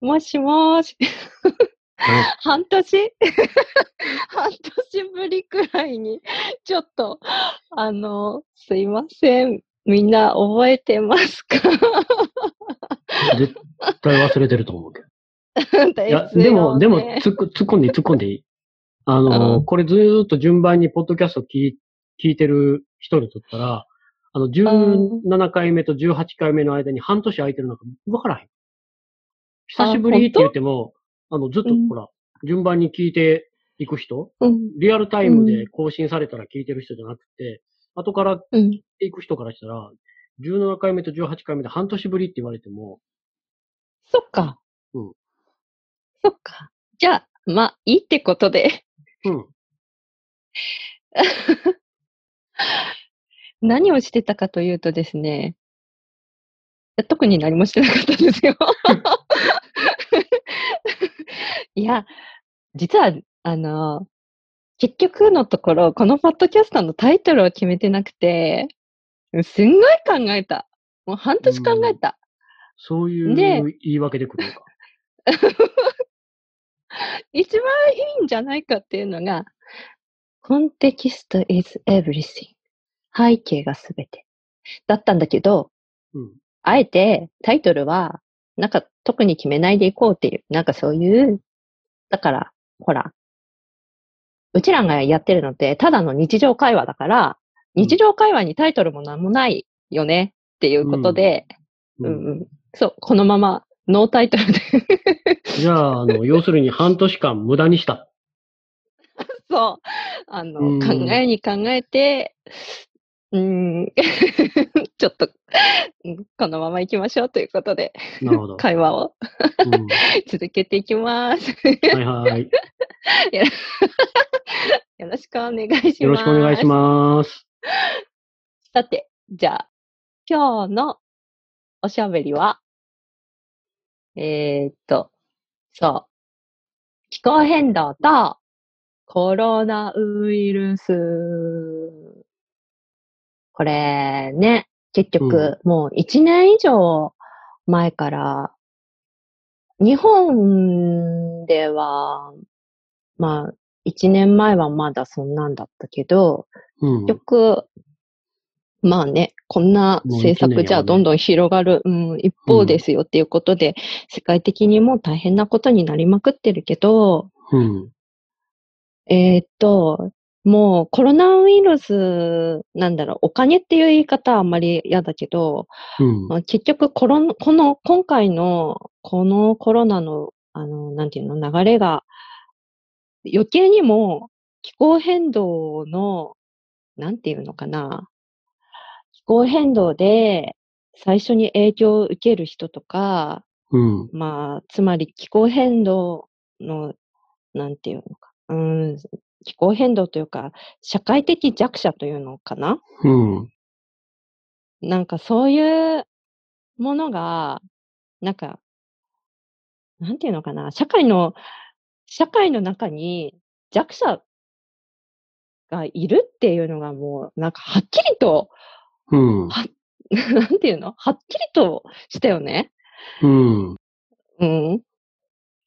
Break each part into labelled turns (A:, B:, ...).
A: もしもーし。 半年 半年ぶりくらいに、ちょっと、あの、すいません。みんな覚えてますか
B: 絶対忘れてると思 うけど。いや、
A: す
B: で
A: よね
B: も、でも、突っこ突っ込んでいい、突っ込んでいい。あの、
A: うん
B: これずーっと順番にポッドキャスト聞い聞いてる人にとったら、あの、17回目と18回目の間に半年空いてるのか分からへん。久しぶりって言っても、あの、ずっと
A: うん
B: ほら、順番に聞いていく人、
A: うん、
B: リアルタイムで更新されたら聞いてる人じゃなくて、後から聞
A: うん。
B: いていく人からしたら、17回目と18回目で半年ぶりって言われても、
A: そっか。
B: うん
A: そっか。じゃあ、まあ、いいってことで。
B: うん。
A: 何をしてたかというとですね、いや特に何もしてなかったんですよ。いや、実は、あの、結局のところ、このポッドキャスターのタイトルを決めてなくて、すんごい考えた。もう半年考えた。
B: そういう
A: で
B: 言い訳で来るのか。
A: 一番いいんじゃないかっていうのが、コンテキスト is everything. 背景がすべて。だったんだけど、
B: うん。
A: あえてタイトルは、なんか特に決めないでいこうっていう、なんかそういう、だから、ほら、うちらがやってるのって、ただの日常会話だから、
B: うん
A: 日常会話にタイトルもなんもないよねっていうことで、
B: う
A: うんんうん、そう、このままノータイトルで
B: じゃあ、あの、要するに半年間無駄にした。
A: そう、あの、
B: うん
A: 考えに考えて、うーん、 ちょっと、うんこのまま行きましょうということで、
B: なるほど。
A: 会話を
B: うん
A: 続けていきます。
B: はいはい。
A: よろしくお願いします。
B: よろしくお願いします。
A: さて、じゃあ、今日のおしゃべりは、えー、っと、そう。気候変動とコロナウイルス。これね、結局、もう1年以上前から、日本では、まあ、1年前はまだそんなんだったけど、
B: うん
A: 結。局、まあね、こんな政策じゃどんどん広がる、うん、一方ですよっていうことで、世界的にもう大変なことになりまくってるけど、
B: うん。
A: えーっと、もうコロナウイルス、なんだろう、お金っていう言い方はあんまり嫌だけど、
B: うん
A: ま。あ結局コロナ、この、今回の、このコロナの、あの、なんていうの、流れが、余計にも気候変動の、なんていうのかな、気候変動で最初に影響を受ける人とか、
B: うん。
A: まあ、つまり気候変動の、なんていうのか、うん、気候変動というか、社会的弱者というのかな
B: うん。
A: なんかそういうものが、なんか、なんていうのかな、社会の、社会の中に弱者がいるっていうのがもう、なんかはっきりと、
B: うん。
A: なんていうのはっきりとしたよね。
B: うん。
A: うん。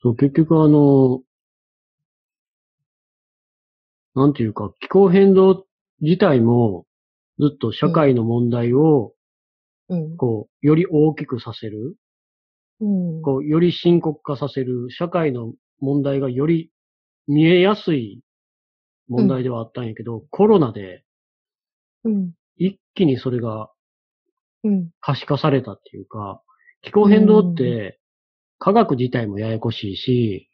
B: そう、結局あの、なんていうか、気候変動自体も、ずっと社会の問題を、
A: うん。
B: こう、より大きくさせる、
A: うん。
B: こう、より深刻化させる、社会の問題がより見えやすい問題ではあったんやけど、コロナで
A: うん。
B: 一気にそれが
A: うん。
B: 可視化されたっていうか、気候変動って科学自体もややこしいし、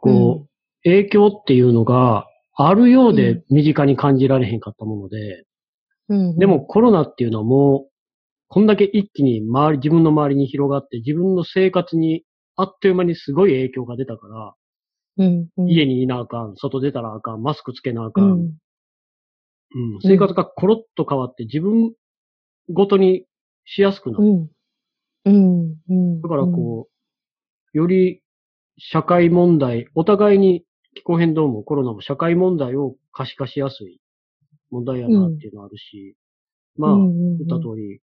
B: こう、影響っていうのがあるよう
A: う
B: で身近に感じられへんかったもので、
A: うん。
B: でも、コロナっていうのはもう、こんだけ一気に周り、自分の周りに広がって、自分の生活にあっという間にすごい影響が出たから、
A: うん、うん。
B: 家にいなあかん、外出たらあかん、マスクつけなあ
A: う
B: かん、
A: ん。
B: うん生活がコロッと変わって自分ごとにしやすくな
A: う
B: る。
A: ん。うん。うん。
B: だからこう、より社会問題、お互いに気候変動もコロナも社会問題を可視化しやすい問題やなっていうのあるし、
A: うん、
B: まあ、
A: うんうん
B: 言った通り、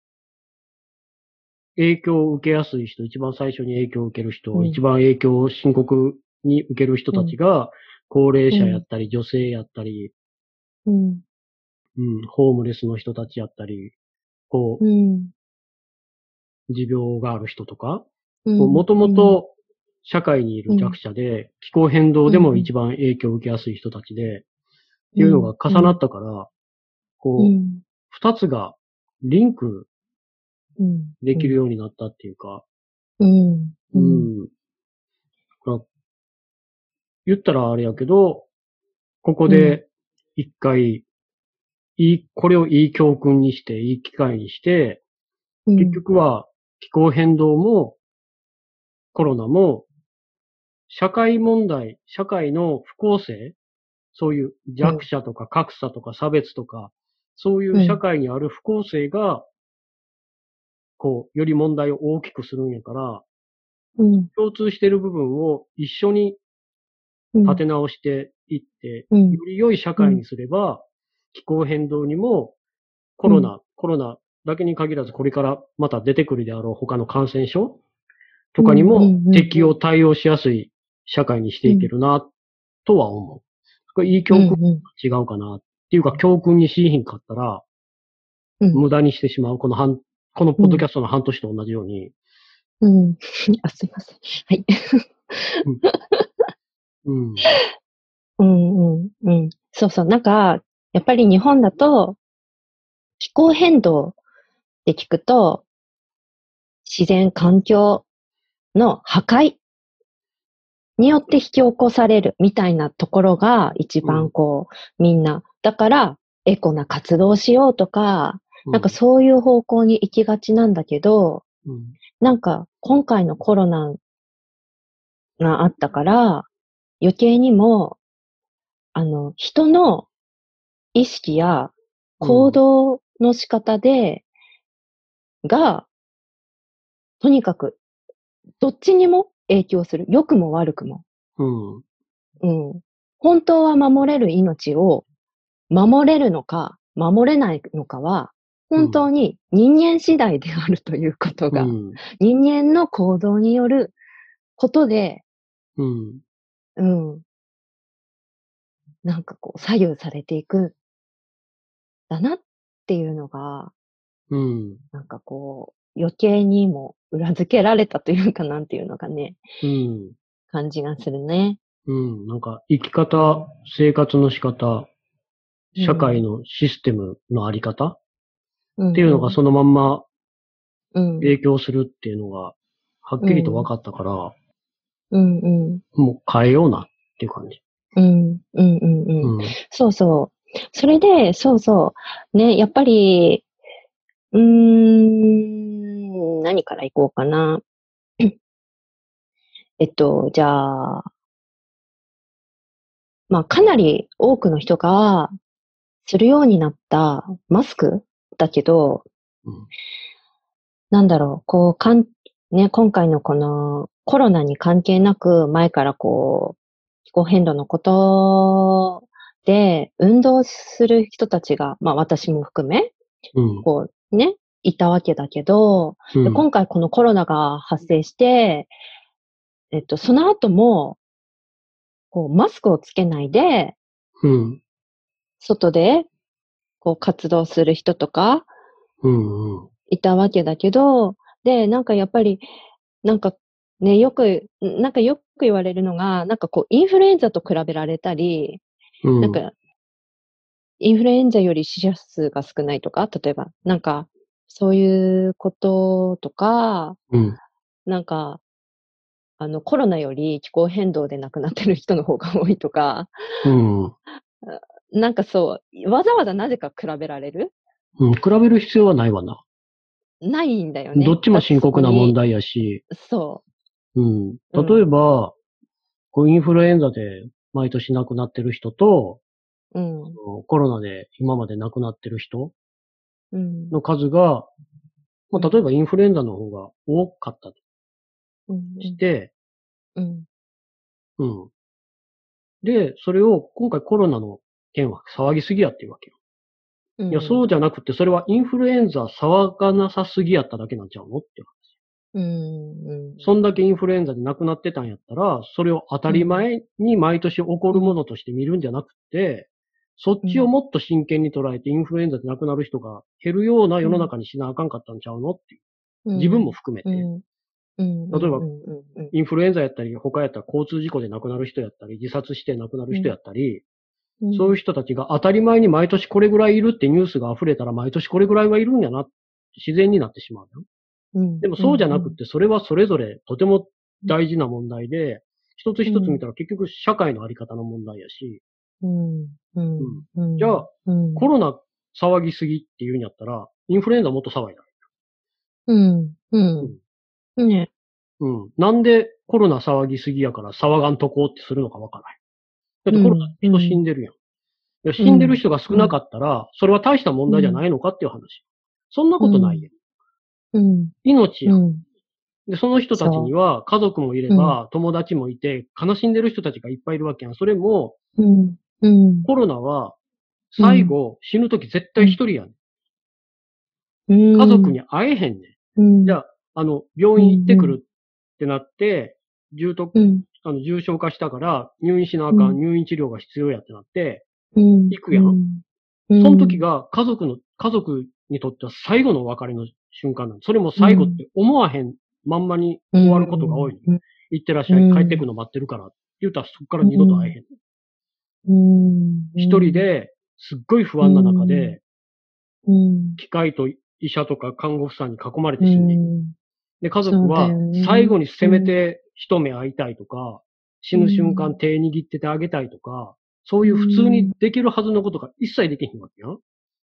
B: 影響を受けやすい人、一番最初に影響を受ける人、
A: うん
B: 一番影響を深刻に受ける人たちが、高齢者やったり、女性やったり、
A: うん。
B: うん、ホームレスの人たちやったり、こう、
A: うん。
B: 持病がある人とか、
A: うん
B: もとも、と社会にいる弱者で、気候変動でも一番影響を受けやすい人たちで、っていうのが重なったから、こ
A: う
B: う、
A: ん
B: 二つがリンク
A: うん。
B: できるようになったっていうか、
A: うん。う。
B: うんん。まあ言ったらあれやけど、ここで一回、いい、これをいい教訓にして、いい機会にし
A: う
B: て、
A: ん
B: 結局は気候変動もコロナも社会問題、社会の不公正、そういう弱者とか格差とか差別とか、そういう社会にある不公正が、こう、より問題を大きくするんやから、
A: うん。
B: 共通してる部分を一緒に
A: うん
B: 立て直していって、
A: うん
B: よ。り良い社会にすれば、気候変動にも、コロナ、コロナだけに限らず、これからまた出てくるであろう他の感染症とかに
A: うんう
B: も
A: んうん
B: 適応対応しやすい社会にしていけるな、とは思う。これいい教訓
A: うん
B: 違うかな。っていうか、教訓にしひんかったら、
A: うん
B: 無駄にしてしまう。この半、このポッドキャストの半年と同じように。
A: うん。うん。あ、すいません。はい。
B: うん。
A: うんうんうん。そうそう。なんか、やっぱり日本だと、気候変動って聞くと、自然環境の破壊によって引き起こされるみたいなところが一
B: う
A: 番
B: ん
A: こう、みんな、だからエコな活動をしようとか、なんかそういう方向に行きがちなんだけど、
B: うん。
A: なんか今回のコロナがあったから、余計にも、あの、人の意識や行動の仕方で、が、とにかく、どっちにも影響する。良くも悪くも。
B: うん。うん。
A: うん。本当は守れる命を、守れるのか、守れないのかは、本当に人間次第であるということが、
B: うん。
A: 人間の行動によることで、
B: うん。
A: うん。なんかこう、左右されていくんだなっていうのが、
B: うん。
A: なんかこう、余計にも裏付けられたというか、なんていうのかね、
B: うん。
A: 感じがするね。
B: うん。なんか、生き方、生活の仕方、社会のシステムのあり方、
A: っ
B: っていうのがそのまんま
A: うん、うん
B: 影響するっていうのが、はっきりと分かったから、
A: うんうん。
B: もう変えようなっていう感じ。
A: うん、うん、うん、うん。
B: うん。
A: そうそう。それで、そうそう。ね、やっぱり、うーん、何から行こうかな。 えっと、じゃあ、まあ、かなり多くの人がするようになったマスクだけど、
B: うん
A: なんだろう、こう、かん、ね、今回のこのコロナに関係なく、前からこう、気候変動のことで、運動する人たちが、まあ私も含め、
B: うん。
A: こうね、いたわけだけど、
B: う
A: で
B: ん。
A: 今回このコロナが発生して、えっと、その後も、こう、マスクをつけないで、
B: うん。
A: 外で、こう、活動する人とか、
B: うん。うん。
A: いたわけだけど、で、なんかやっぱり、なんかね、よく、なんかよく言われるのが、なんかこう、インフルエンザと比べられたり、
B: うん。
A: なんか、インフルエンザより死者数が少ないとか、例えば、なんか、そういうこととか、
B: うん。
A: なんか、あの、コロナより気候変動で亡くなってる人の方が多いとか、
B: うん。
A: なんかそう、わざわざなぜか比べられる
B: うん。比べる必要はないわな。
A: ないんだよね。
B: どっちも深刻な問
A: 題。
B: 題やし、
A: そ
B: うん。
A: うん
B: 例えば、こうインフルエンザで毎年亡くなってる人と、
A: う。うん。
B: コロナで今まで亡くなってる人
A: うん。
B: の数が、まあ、例えばインフルエンザの方が多かったと
A: うん
B: して、
A: うん。
B: うん。で、それを今回コロナの件は騒ぎすぎやっていうわけよ。
A: うん。
B: いや、そうじゃなくて、それはインフルエンザ騒がなさすぎやっただけなんちゃうのって。
A: うんうん。
B: そんだけインフルエンザで亡くなってたんやったら、それを当たり前に毎年起こるものとして見るんじゃなくて、そっちをもっと真剣に捉えてインフルエンザで亡くなる人が減るような世の中にしなあかんかったんちゃうのっていう。自分も含めて
A: う。ん。うん。
B: 例えば
A: うんうんうん
B: インフルエンザやったり、他やったら交通事故で亡くなる人やったり、自殺して亡くなる人やったり、
A: うん、
B: そういう人たちが当たり前に毎年これぐらいいるってニュースが溢れたら、毎年これぐらいはいるんやな、自然になってしまうよ。
A: うん
B: でもそうじゃなくて、それはそれぞれとても大事な問題で、一つ一つ見たら結局社会のあり方の問題やし、
A: うんうんうん
B: じゃあ、
A: うん
B: コロナ騒ぎすぎって言うんやったら、インフルエンザもっと騒いだ。
A: うん。うん。ね。
B: うん。なんでコロナ騒ぎすぎやから騒がんとこうってするのかわからない。だってコロナ
A: うん
B: 人死んでるやん。いや死んでる人が少なかったら、それは大した問題じゃないのかっていう話。そんなことないやん。
A: うん。
B: 命やん。
A: うん。
B: で、その人たちには家族もいれば、友達もいて、悲しんでる人たちがいっぱいいるわけやん。それも、
A: うん。うん。
B: コロナは、最後、死ぬとき絶対一人やん。
A: 家
B: 家族に、会えへんねん。
A: うん、
B: じゃあ、あの、病院行ってくるってなって、重篤
A: うん、
B: あの、重症化したから、入院しなあか、
A: うんん
B: 入院治療が必要やってなって、
A: うん、
B: 行くやん
A: う
B: そ
A: ん。
B: の時が家族の、家族にとっては最後のお別れの瞬間なの。それも最後って思わへんまんまに終わることが多いの。
A: うん。
B: 行ってらっしゃ
A: う
B: い、
A: ん
B: 帰ってくの待ってるからって言ったらそこから二度と会えへん。
A: うん。
B: 一人、で、すっごい不安な中で、
A: うん。
B: 機械と医者とか看護婦さんに囲まれて
A: う
B: 死んでいく。
A: ん。
B: で、家族
A: そう
B: は
A: だよね
B: 最後にせめて一目会いたいとか、死ぬ瞬間手握っててあげたいとか、そういう普通にできるはずのことが一切できひんわけやん。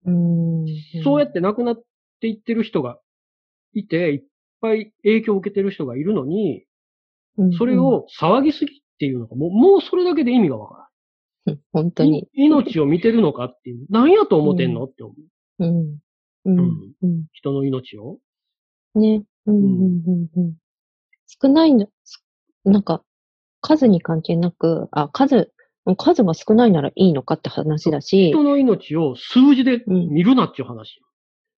A: うん。
B: そうや
A: て、
B: って亡くなっていってる人がいて、いっぱい影響を受けてる人がいるのに、それ、を騒ぎすぎっていうのが、もう、もうそれだけで意味がわか
A: 本当
B: らない
A: に。。
B: い命を見てるのかっ ていう、何やと思ってんのって思
A: うん。う。
B: う。うんん。
A: うん。
B: 人の命を。
A: ね。うん。うん。うん。少ないの、なんか、数に関係なく、あ、数、数が少ないならいいのかって話だし、
B: 人の命を数字で見るなっていう話。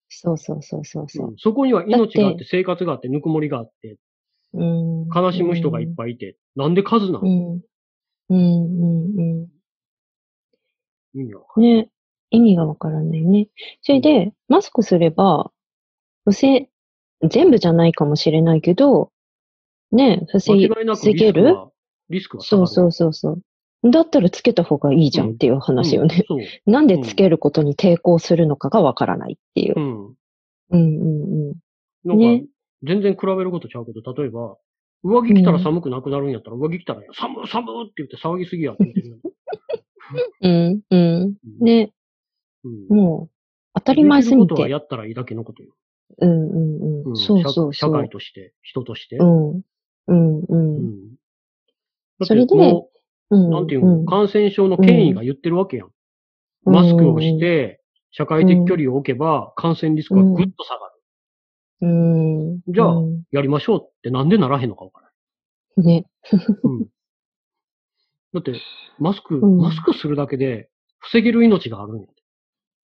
A: そうそうそうそうそう
B: う。んそこには命があっ
A: だ
B: て、生活があって、ぬくもりがあって、
A: うん。
B: 悲しむ人がいっぱいいて、なんで数なの、
A: うん。うん、うん、う
B: 意味がわか
A: ん。ね。意味がわからないね。それで、マスクすれば、防、全部じゃないかもしれないけど、ね、防
B: らん
A: い、
B: 間違いなく
A: 防
B: リ
A: げ
B: スク
A: る
B: は、リスクは下が
A: そ
B: る
A: うそうそうそう。だったらつけた方がいいじゃんっていう話よね。
B: うん
A: なんでつけることに抵抗するのかがわからないっていう
B: そう。。うん。
A: うんうんうん。
B: なんか、
A: ね
B: 全然比べることちゃうけど、例えば、上着着たら寒くなくなるんやったら、上着着たら、寒い寒いって言って騒ぎすぎやって言ってる。
A: うんう
B: うん
A: ん。ね、
B: うん
A: もう、当たり前すぎ
B: できることは
A: て。
B: やったらいいだけのことよ。
A: うんうんうん。
B: ん
A: そうそう
B: 社
A: そ
B: 社会
A: う。
B: として、人として。
A: うん。うんう。
B: うんんだっ
A: そ
B: て
A: れで
B: も
A: うん。
B: う、なんていうの、感染症の権威が言ってるわけやん。
A: うん
B: マスクをして、社会的距離を置けば、感染リスクはぐっと下がる。
A: うん。
B: じゃあ
A: うん
B: やりましょうってなんでならへんのかわからない。
A: ね。
B: うんだって、マスク、
A: ん
B: マスクするだけで、防げる命があるんや。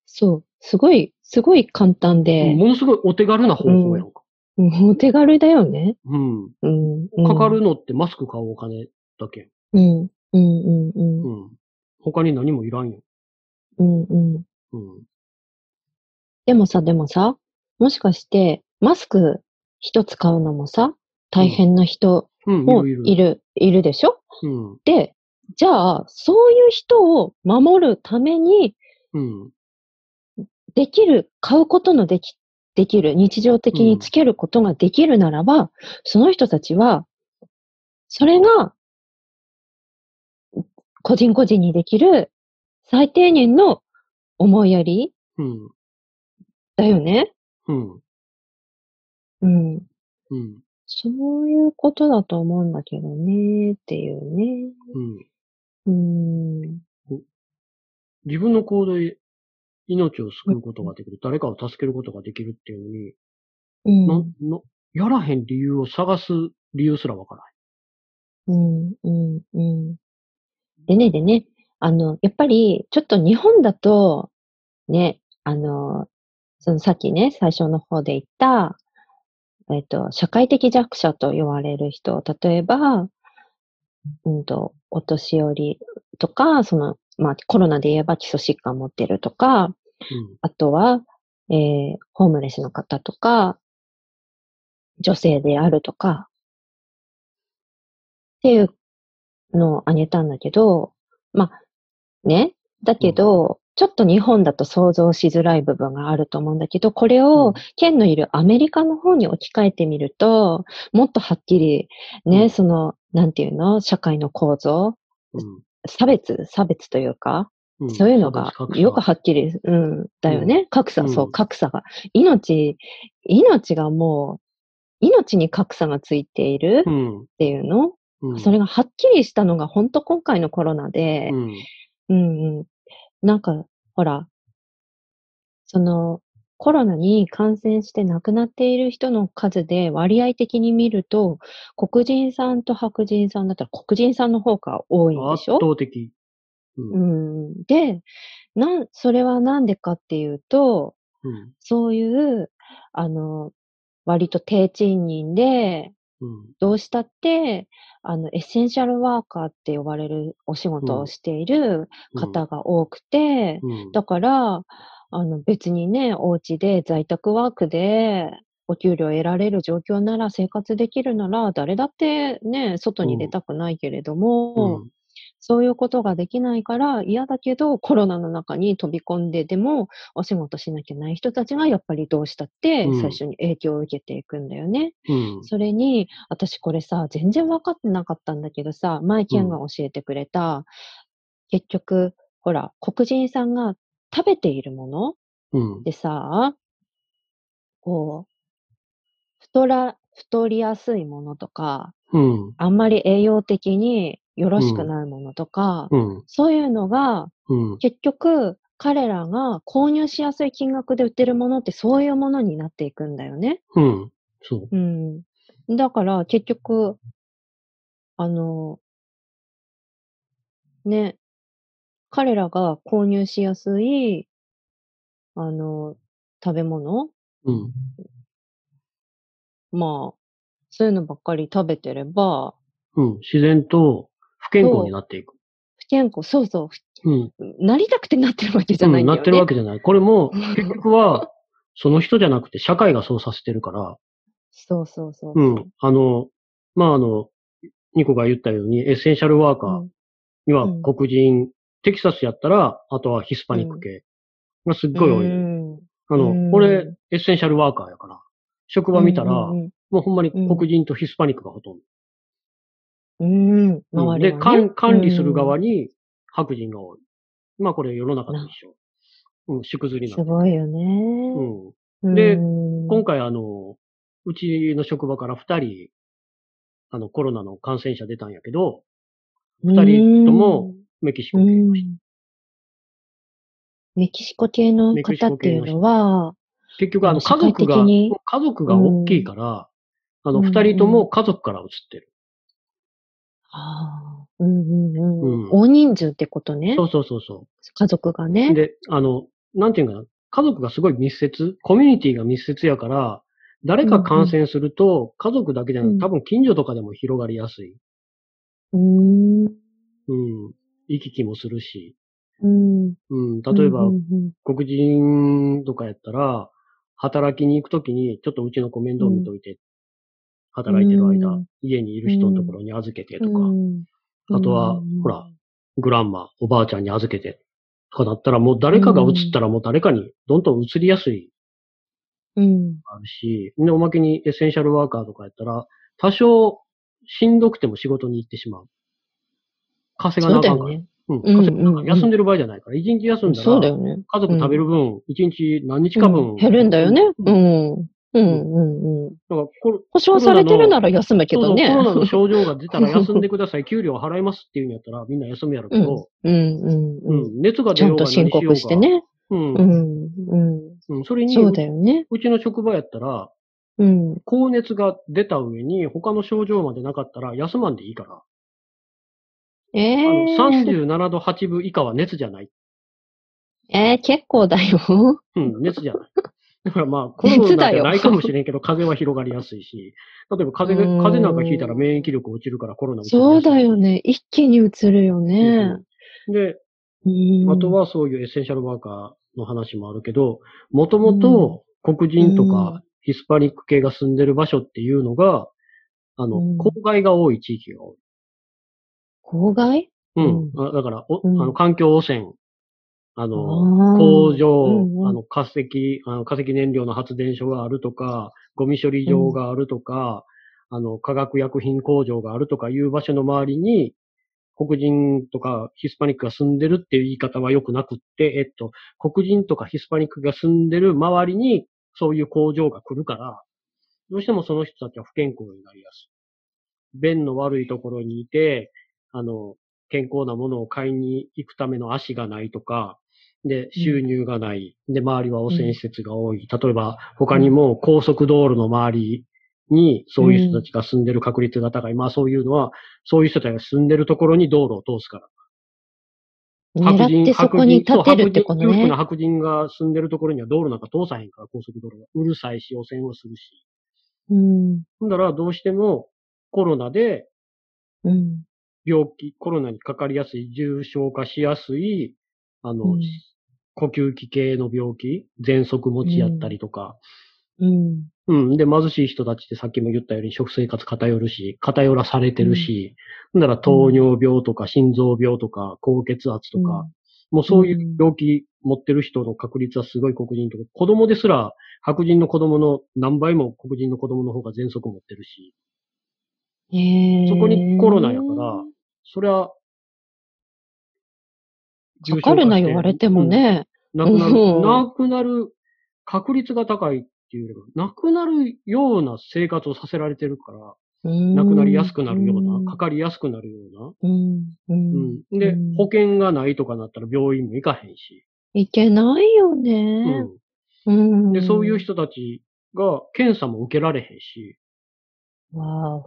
A: そう。すごい、すごい簡単で、
B: ものすごいお手軽な方法やんか。
A: うんお手軽だよね。
B: うん。
A: うん。うん
B: かかるのってマスク買うお金だけ。
A: うん。うんうん
B: う
A: うん。
B: ん。他に何もいらんよ。
A: うんうん。
B: うん。
A: でもさ、でもさ、もしかして、マスク一つ買うのもさ、大変な人
B: うん、
A: も
B: い
A: い
B: る
A: る、
B: い
A: い
B: る。
A: るいるでしょ
B: うん。
A: で、じゃあ、そういう人を守るために、
B: うん。
A: できる、買うことのでき、できる、日常的につけることができるならば、その人たちは、それが、個人個人にできる最低限の思いやり
B: うん。
A: だよね。
B: うん。
A: うん。
B: うん。
A: そういうことだと思うんだけどね、っていうね。
B: うん。
A: うん。
B: 自分の行動で命を救うことができる。誰かを助けることができるっていうのに、
A: うん。
B: の、の、やらへん理由を探す理由すらわから
A: うん、うん、うん。でね、でね、あの、やっぱり、ちょっと日本だと、ね、あの、そのさっきね、最初の方で言った、えっと、社会的弱者と言われる人、例えば、うんと、お年寄りとか、その、まあ、コロナで言えば基礎疾患持ってるとか、あとは、えー、ホームレスの方とか、女性であるとか、っていうのをあげたんだけど、まあ、ね、だけど、ちょっと日本だと想像しづらい部分があると思うんだけど、これ
B: う
A: を
B: ん
A: 県のいるアメリカの方に置き換えてみると、もっとはっきり、ね、
B: うん
A: その、なんていうの、社会の構造、
B: うん
A: 差別、差別というか、
B: うん
A: そういうのが
B: 差別格差
A: よくはっきり、うん、だよね。格差、そうう、
B: ん
A: 格差が。命、命がもう、命に格差がついている
B: う
A: っ
B: ん。
A: ていうの、
B: うん
A: それがはっきりしたのが本当今回のコロナで
B: う、ん。
A: うんうん。なんか、ほら、その、コロナに感染して亡くなっている人の数で割合的に見ると、黒人さんと白人さんだったら黒人さんの方が多いんで
B: 圧
A: しょ
B: 倒的。う。
A: うんん。で、なん、それはなんでかっていうと、
B: うん。
A: そういう、あの、割と低賃金で、
B: うん。
A: どうしたって、あの、エッセンシャルワーカーって呼ばれるお仕事をしている方が多くて、
B: うん。
A: だから、あの、別にね、お家で在宅ワークで、お給料得られる状況なら生活できるなら誰だってね、外に出たくないけれども、
B: うん
A: そういうことができないから嫌だけど、コロナの中に飛び込んででもお仕事しなきゃいけない人たちがやっぱりどうしたって
B: うん
A: 最初に影響を受けていくんだよね。
B: うん。
A: それに、私これさ、全然分かってなかったんだけどさ、前ケンが教えてくれた、結局、ほら、黒人さんが食べているもの
B: うん。
A: でさ、こう、太ら、太りやすいものとか、
B: うん。
A: あんまり栄養的によろしくないものとか、
B: うん。
A: そういうのが、
B: うん。
A: 結局、彼らが購入しやすい金額で売ってるものってそういうものになっていくんだよね。
B: うん。そう。
A: うん。だから、結局、あの、ね、彼らが購入しやすい、あの、食べ物
B: うん。
A: まあ、そういうのばっかり食べてれば、
B: うん。自然と不健康になっていく。
A: 不健康、そうそう
B: うん。
A: ふ、なりたくてなってるわけじゃ
B: う
A: ない
B: ん
A: んだ
B: な
A: よね。
B: ってるわけじゃない。これも、結局は、その人じゃなくて社会がそうさせてるから、
A: そうそうそうそう。
B: うん。あの、まあ、あの、ニコが言ったように、エッセンシャルワーカーには
A: うん
B: 黒人、テキサスやったら、あとはヒスパニック系がすっごい多いのよ。
A: うん
B: あ
A: うん
B: の、これ、エッセンシャルワーカーやから、職場見たら、
A: うんうん
B: もうほんまに黒人とヒスパニックがほとんど。
A: うん、うん
B: うん
A: 周り
B: で
A: はね
B: 管、管理する
A: うん
B: 側に白人が多い。まあこれ世の中と一緒。うん、縮図になっ
A: す
B: てる。
A: ごいよね。
B: うん。
A: で、
B: で今回あの、うちの職場から二人、あの、コロナの感染者出たんやけど、二人ともメキシ
A: う
B: コ
A: ん、
B: 系
A: うん
B: の人。
A: メキシコ系の
B: メキシ
A: 方っ
B: コ
A: て
B: 系
A: い
B: の
A: う
B: 人
A: のは、
B: 結局あの、
A: 社
B: 家
A: 会
B: 族
A: 的
B: が、
A: に
B: 家族が大きいから、あの、
A: うん
B: 二人とも家族から移ってる。
A: ああうんうんうん
B: うん
A: 大人数ってことね
B: そ。うそうそうそう。
A: 家族がね。
B: で、あの、なんていうんかな、家族がすごい密接、コミュニティが密接やから、誰か感染すると、家族だけじゃな
A: うん
B: く、多分近所とかでも広がりやすい。
A: うーん。
B: うん。行き来もするし。
A: うん
B: うん。例えば
A: う、んうん
B: 黒人とかやったら、働きに行くときに、ちょっとうちの子面倒見といて、働いてる
A: う
B: 間
A: ん、
B: 家にいる人のところに預けて
A: う
B: とか、
A: ん
B: あとは
A: うん
B: ほら、グランマ、おばあちゃんに預けてとかだったら、もう誰かが移ったらもう誰かにどんどん移りやすい
A: うん。
B: あるし、で、おまけにエッセンシャルワーカーとかやったら、多少しんどくても仕事に行ってしまう。稼が
A: そう
B: なあ
A: だ
B: かんか
A: よ
B: ら。
A: ね。
B: うん。
A: うん
B: 稼がなあか
A: うんん
B: 休んでる場合じゃないから。一日休んだ
A: そうだ
B: ら、
A: よね。
B: 家族食べる分、一日何日か
A: うん
B: 分。
A: 減るんだよね。う
B: だか
A: ん。うんうんうん。
B: らコロ
A: 保証されてるなら休むけどね。
B: そうそうコロナの症状が出た ら休んでください。給料払いますっていうんやったら、みんな休むやろうけど、
A: うんうん
B: う
A: うん
B: ん。熱が
A: ち
B: 出
A: ゃ
B: よ
A: ん
B: うが
A: と
B: 何し
A: 申
B: ようが。
A: 告して。ね。
B: うん
A: う。んうん。
B: うんそれに、
A: そうだ
B: う
A: よね。
B: ちの職場やったら、
A: うん。
B: 高熱が出た上に、他の症状までなかったら、休まんでいいから。
A: え
B: あの
A: え
B: 37度8分以下は熱じゃない。
A: えー、結構だよ。
B: うん、熱じゃない。だからまあ、コロナじゃないかもしれんけど、風邪は広がりやすいし、例えば風邪が、風邪なんかひいたら免疫力落ちるからコロナうつりやす
A: そ
B: いう
A: だよ。ね。一気に移るよね。
B: で、
A: うん
B: あと、はそういうエッセンシャルワーカーの話もあるけど、もともと黒人と
A: う
B: かヒスパニック系が住んでる場所っていうのが、あの、
A: うん
B: 郊外が多い地域が多い。
A: 郊外
B: うん。あだから、お
A: うん
B: あの環境汚染、あの、工
A: 工
B: 場、
A: うんうん
B: あの化石、あの化石燃料の発電所があるとか、ゴミ処理場があるとか、あの化学薬品工場があるとかいう場所の周りに、黒人とかヒスパニックが住んでるっていう言い方は良くなくって、えっと、黒人とかヒスパニックが住んでる周りにそういう工場が来るから、どうしてもその人たちは不健康になりやすい。便の悪いところにいて、あの、健康なものを買いに行くための足がないとか、で、収入がない。で、周りは汚染施設が多い。例えば、他にも高速道路の周りに、そういう人たちが住んでる確率が高い。まあ、そういうのは、そういう人たちが住んでるところに道路を通すから。白
A: 狙っ
B: 人、
A: てそこに立てるってこと
B: そう白人裕福
A: ね
B: な。白人が住んでるところには道路なんか通さへんから、高速道路が。うるさいし、汚染をするし。
A: うん。
B: ほんだら、どうしてもコロナで
A: うん。
B: 病気、コロナにかかりやすい、重症化しやすい、あの、
A: うん
B: 呼吸器系の病気、喘息持ちやったりとか、
A: うん。
B: うん、で、貧しい人たちってさっきも言ったように食生活偏るし、偏らされてるし、ほんなら糖尿病とか心臓病とか高血圧とか、もうそういう病気持ってる人の確率はすごい黒人とか、子供ですら白人の子供の何倍も黒人の子供の方が喘息持ってるし、
A: うん。へー
B: そこにコロナやからそりゃ、
A: かかるな言われてもね。
B: なくなる、
A: うん
B: なくなる確率が高いっていうよりも、なくなるような生活をさせられてるから、
A: な
B: なくなりやすくなるような、かかりやすくなるよう
A: うん。う
B: な。
A: ん。
B: うん。で
A: うん、
B: 保険がないとかなったら病院も行かへんし。
A: いけないよね。
B: う
A: うん。
B: ん。で、そういう人たちが検査も受けられへんし。
A: わあ。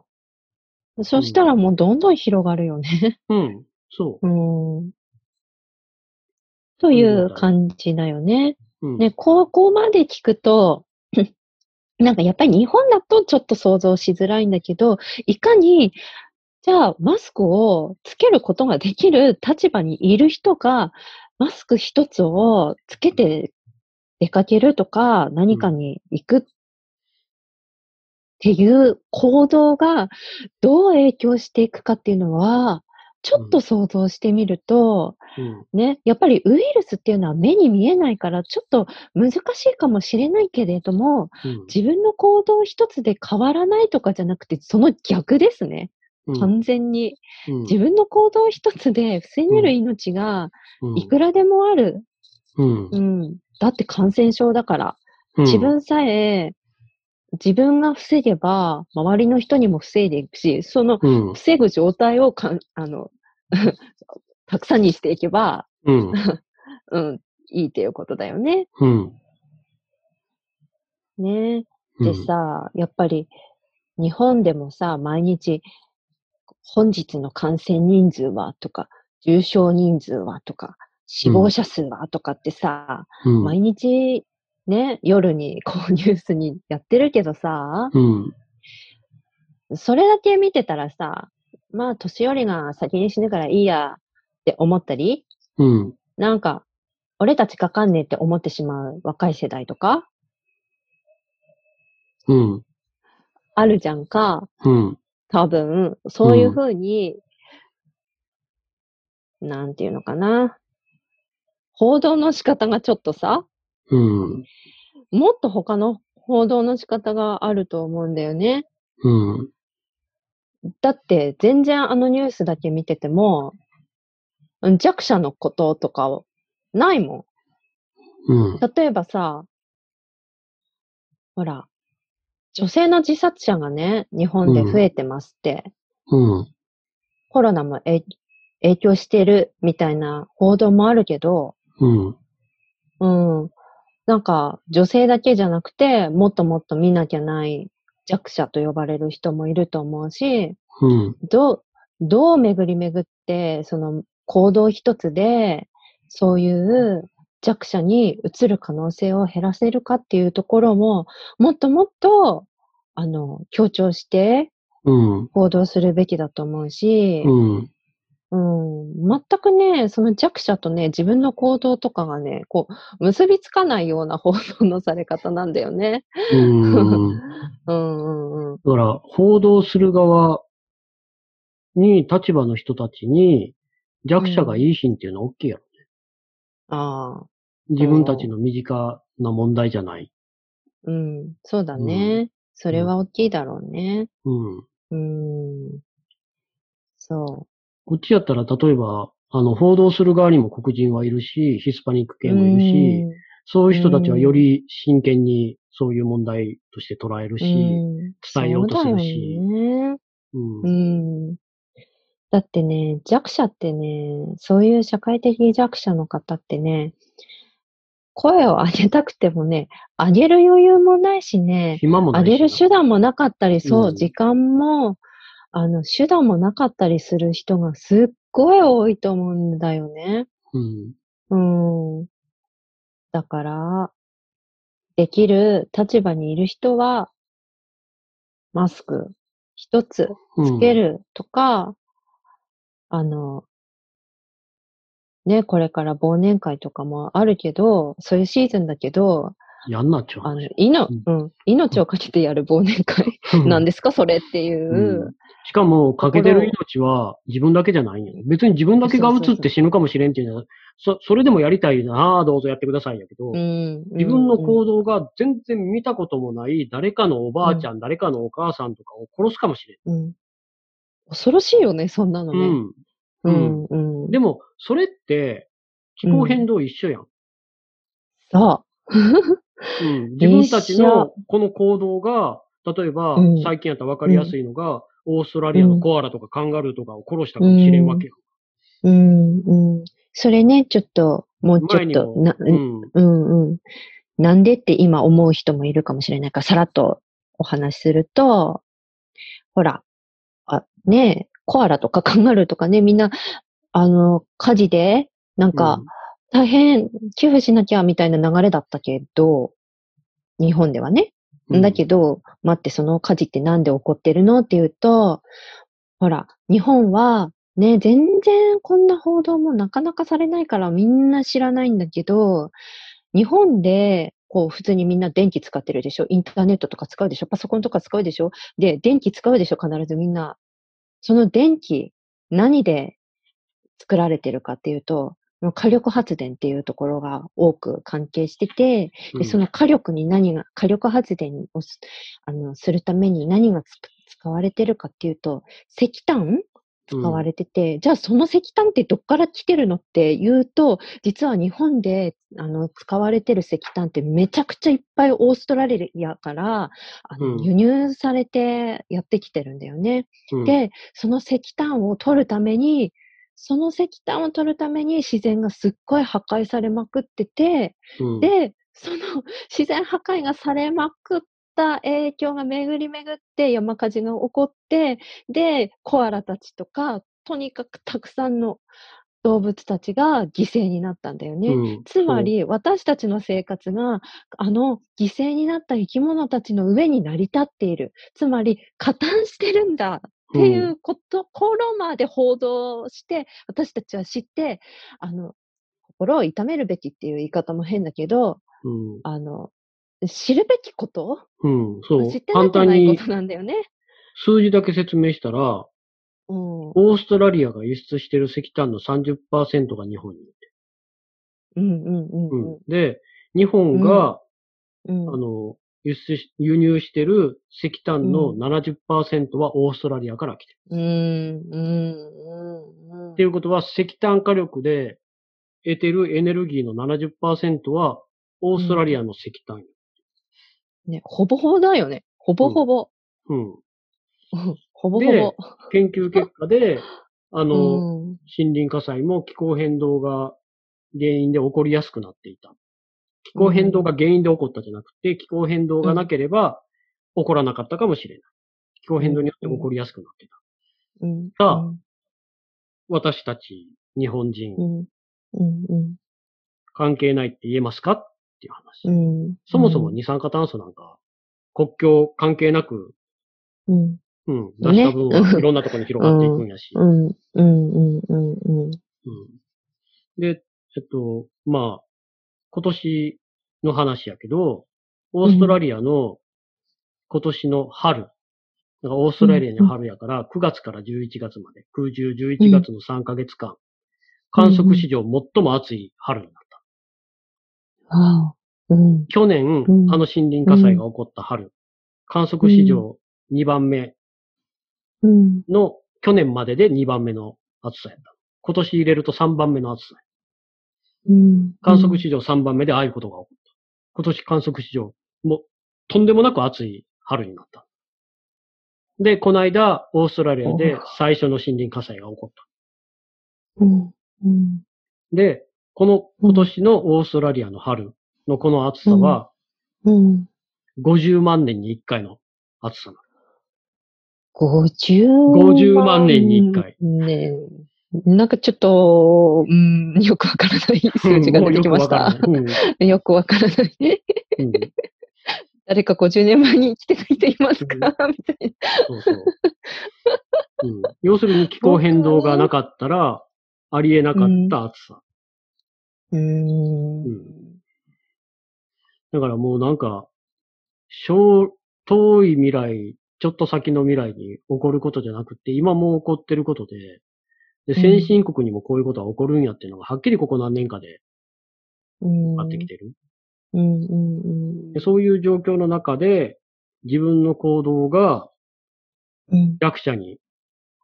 A: そしたらもうどんどん広がるよね。
B: うん。そ
A: うん。という感じだよね。
B: う。うん。
A: ね、ここまで聞くと、 なんかやっぱり日本だとちょっと想像しづらいんだけど、いかに、じゃあマスクをつけることができる立場にいる人が、マスク一つをつけて出かけるとか、何かに行くっていう行動がどう影響していくかっていうのは、ちょっと想像してみると、
B: うん。
A: ね、やっぱりウイルスっていうのは目に見えないから、ちょっと難しいかもしれないけれども、
B: うん
A: 自分の行動一つで変わらないとかじゃなくて、その逆ですね。
B: うん
A: 完全に。
B: うん
A: 自分の行動一つで防げる命が
B: うん
A: いくらでもある。
B: うん
A: うん。だって感染症だから。自分さえ、自分が防げば、周りの人にも防いでいくし、その
B: うん。
A: 防ぐ状態をかん、あの、 たくさんにしていけば、
B: うん。
A: うん、いいっていうことだよね。
B: うん。
A: ね
B: う
A: で
B: ん。
A: さ、やっぱり日本でもさ、毎日、本日の感染人数はとか、重症人数はとか、死亡者数はとかってさ、
B: うん。
A: 毎日ね、夜に こうニュースにやってるけどさ、
B: うん。
A: それだけ見てたらさ、まあ年寄りが先に死ぬからいいやって思ったり、
B: うん。
A: なんか、俺たちかかんねえって思ってしまう若い世代とか、
B: うん。
A: あるじゃんか。
B: うん。
A: 多分、そういうふうに、なんていうのかな。報道の仕方がちょっとさ、
B: うん。
A: もっと他の報道の仕方があると思うんだよね。
B: うん。
A: だって、全然あのニュースだけ見てても、うん弱者のこととかを、ないも
B: うん
A: ん。。例えばさ、ほら、女性の自殺者がね、日本で増えてますって、
B: うん。
A: コロナもえい影響してるみたいな報道もあるけど、
B: うん。
A: うん。なんか、女性だけじゃなくて、もっともっと見なきゃない弱者と呼ばれる人もいると思うし、
B: うん。
A: どう、どう巡り巡って、その行動一つで、そういう弱者に移る可能性を減らせるかっていうところも、もっともっと、あの、強調して
B: うん。
A: 行動するべきだと思うし、
B: うん。
A: うん、全くね、その弱者とね、自分の行動とかがね、こう、結びつかないような報道のされ方なんだよね。
B: うん。
A: うんうんうん。
B: だから、報道する側に、立場の人たちに、弱者がいい品っていうのは大きいやろ。
A: ああ、
B: 自分たちの身近な問題じゃない。
A: うん、そうだね。それは大きいだろうね。
B: うん。
A: うん。そ
B: こっちやったら、例えば、あの、報道する側にも黒人はいるし、ヒスパニック
A: う。
B: 系もいるし、
A: うん
B: そういう人たちはより真剣にそういう問題として捉えるし、
A: うん
B: 伝えようとするし
A: そうだよね。
B: うん
A: う。ん。だってね、弱者ってね、そういう社会的弱者の方ってね、声を上げたくてもね、上げる余裕もないしね、
B: 暇もな
A: 上
B: いしな
A: げる手段もなかったり、そうう、
B: ん
A: 時間も、あの、手段もなかったりする人がすっごい多いと思うんだよね。
B: うん。
A: うん。だから、できる立場にいる人は、マスク一つ
B: うん
A: つけ。るとか、あの、ね、これから忘年会とかもあるけど、そういうシーズンだけど、
B: やんなっちゃ
A: あの
B: う。、
A: いの、
B: う
A: うん、命をかけてやる忘年会 なんですか、それっていう。
B: しかも、かけてる命は自分だけじゃないんやろ。別に自分だけが映って死ぬかもしれんっていうのは、そ、それでもやりたいな、ああ、どうぞやってくださいんやけど、
A: うん。
B: 自分の行動が全然見たこともない、誰かのおばあちゃん、誰かのお母さんとかを殺すかもしれ
A: うん、うん恐ろしいよね、そんなの
B: ん。
A: ね。
B: う
A: うんん。うん。
B: でも、それって、気候変動一緒やん。
A: そ
B: うん自分たちのこの行動が、例えば
A: うん、
B: 最近やったら分かりやすいのが、オーストラリアのコアラとかカンガルーとかを殺したかもしれんわけよ。
A: う。うん、うん。それね、ちょっと、もうち
B: 前
A: ょっ
B: に
A: と、
B: も
A: な、、
B: うん、
A: うんうん。なんでって今思う人もいるかもしれないから、さらっとお話しすると、ほら、あ、ねえ、コアラとかカンガルーとかね、みんな、あの、火事で、なんか、大変、寄付しなきゃみたいな流れだったけど、日本ではね。
B: うん、
A: だけど、待って、その火事ってなんで起こってるのって言うと、ほら、日本は、ね、全然こんな報道もなかなかされないからみんな知らないんだけど、日本で、こう、普通にみんな電気使ってるでしょインターネットとか使うでしょパソコンとか使うでしょで、電気使うでしょ必ずみんな。その電気、何で作られてるかっていうと、火力発電っていうところが多く関係してて、
B: うん
A: で、その火力に何が、火力発電をすあのするために何がつく使われてるかっていうと、石炭使われてて、じゃあその石炭ってどっから来てるのっていうと、実は日本であの使われてる石炭ってめちゃくちゃいっぱいオーストラリアからあの、
B: うん
A: 輸入されてやってきてるんだよね。
B: うん、
A: で、その石炭を取るために、その石炭を取るために自然がすっごい破壊されまくってて、
B: うん、
A: で、その 自然破壊がされまくった影響が巡り巡って山火事が起こって、で、コアラたちとか、とにかくたくさんの動物たちが犠牲になったんだよね。
B: うん
A: つま、り、私たちの生活が、あの、犠牲になった生き物たちの上に成り立っている。つまり、加担してるんだってい
B: ん
A: うこところまで報道して、私たちは知って、あの、心を痛めるべきっていう言い方も変だけど、
B: うん、
A: あの、知るべきこと
B: うん、そう
A: 知って。な
B: 簡
A: く
B: 単
A: ない
B: に
A: ことなんだよね。
B: 数字だけ説明したら、
A: うん。うん
B: オーストラリアが輸出してる石炭の30%が日本に。
A: うんう
B: うん、
A: うん
B: で、日本が、
A: ん。
B: あ
A: うん
B: の、輸出し、輸入してる石炭の
A: うん
B: 70%はオーストラリアから来てる。
A: うんうんうん。
B: っていうことは、石炭火力で得てるエネルギーの70%は、オーストラリアの石炭。
A: ね、ほぼほぼだよね。ほぼほぼ。
B: うん。
A: うんほぼほ
B: で
A: ぼ。
B: 研究結果で、あの、
A: うん
B: 森林火災も気候変動が原因で起こりやすくなっていた。気候変動が原因で起こったじゃなくて、気候変動がなければ起こらなかったかもしれない。気候変動によって起こりやすくなっていた。
A: うん
B: さあ私たち、日本人
A: う、んうんうん
B: 関係ないって言えますかっていう話。
A: うん。
B: そもそも二酸化炭素なんか、国境関係なく、
A: うん。
B: うん、出した分は
A: ね
B: いろんなところに広がっていくんやし。
A: うん。うん。うん。うん。うん。
B: うんで、えっと、まあ、今年の話やけど、オーストラリアの今年の春、だからオーストラリアの春やから、9月から11月まで、空中11月の3ヶ月間、観測史上最も暑い春になった。
A: ああ。うん。
B: 去年、
A: うん
B: あの森林火災が起こった春、観測史上2番目
A: うん。
B: の、去年までで2番目の暑さやった。今年入れると3番目の暑さ。
A: うん。
B: 観測史上3番目でああいうことが起こった。今年観測史上、もう、とんでもなく暑い春になった。で、この間、オーストラリアで最初の森林火災が起こっ
A: うん。うん。
B: た。で、この今年のオーストラリアの春のこの暑さは、
A: うん。
B: 50万年に1回の暑さなの。
A: 50
B: 50万年に一回。
A: ねなんかちょっと、うん、よくわからない 数字が出てきまし
B: うん
A: た。
B: もうよくわからない
A: よくわからない。
B: うんうん
A: 誰か50年前に生きてない人いますかみたい
B: そうそう。うん、要するに気候変動がなかったら、ありえなかった暑さ。
A: な。うん
B: う。だからもうなんか、小、遠い未来、ちょっと先の未来に起こることじゃなくて、今もう起こってることで、
A: う
B: で、
A: ん
B: 先進国にもこういうことは起こるんやっていうのが、はっきりここ何年かで
A: うん。
B: なってきてる。
A: うん。うん。うん
B: でそういう状況の中で、自分の行動が
A: うん。
B: 弱者に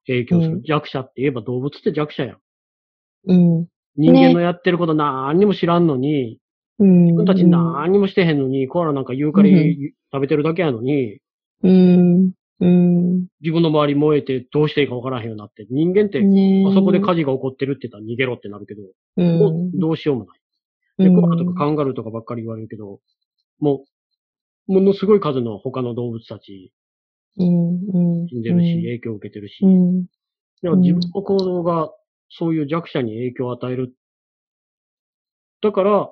B: 影響する。
A: うん
B: 弱者って言えば動物って弱者やん。
A: うん。
B: 人間のやってること何にも知らんのに、
A: うん。
B: 自分たち何にもしてへんのに、コアラなんか言うから
A: うん
B: 食べてるだけやのに、
A: うん。うん。
B: 自分の周り燃えてどうしていいかわからへんようになって、人間って
A: ね
B: あそこで火事が起こってるって言ったら逃げろってなるけど、
A: うん
B: もう。どうしようもない。で、コアラとかカンガルーとかばっかり言われるけど、もう、ものすごい数の他の動物たち
A: うん。
B: 死んでるし、影響を受けてるし
A: う、ん。
B: だから自分の行動がそういう弱者に影響を与える。だから、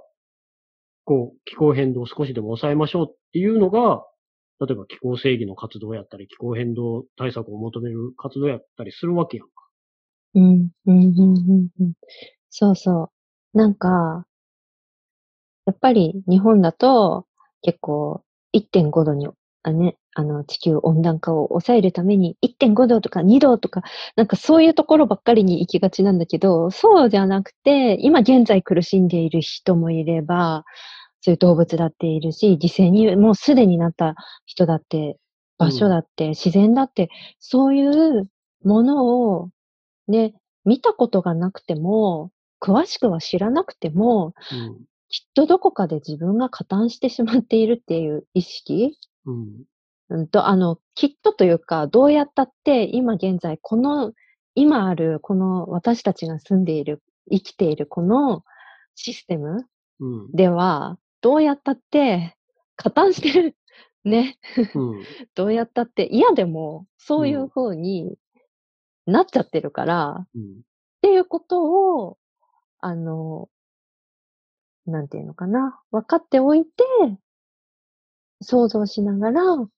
B: こう、気候変動を少しでも抑えましょうっていうのが、例えば気候正義の活動やったり、気候変動対策を求める活動やったりするわけやん。
A: うん、うん、うん、うん。そうそう。なんか、やっぱり日本だと結構1.5度に、あね、あの地球温暖化を抑えるために1.5度とか2度とか、なんかそういうところばっかりに行きがちなんだけど、そうじゃなくて、今現在苦しんでいる人もいれば、そういう動物だっているし、犠牲にもうすでになった人だって、場所だって、自然だって、そういうものを、ね、見たことがなくても、詳しくは知らなくても、きっとどこかで自分が加担してしまっているっていう意識
B: うん。うん。
A: うんと、あの、きっとというか、どうやったって今現在、この、今ある、この私たちが住んでいる、生きているこのシステム
B: うん。
A: では、どうやったって加担してる。ね。
B: うん。
A: どうやったって嫌でも、そういう風になっちゃってるから、
B: うん。
A: っていうことを、あの、なんていうのかな、分かっておいて、想像しながら、
B: うん。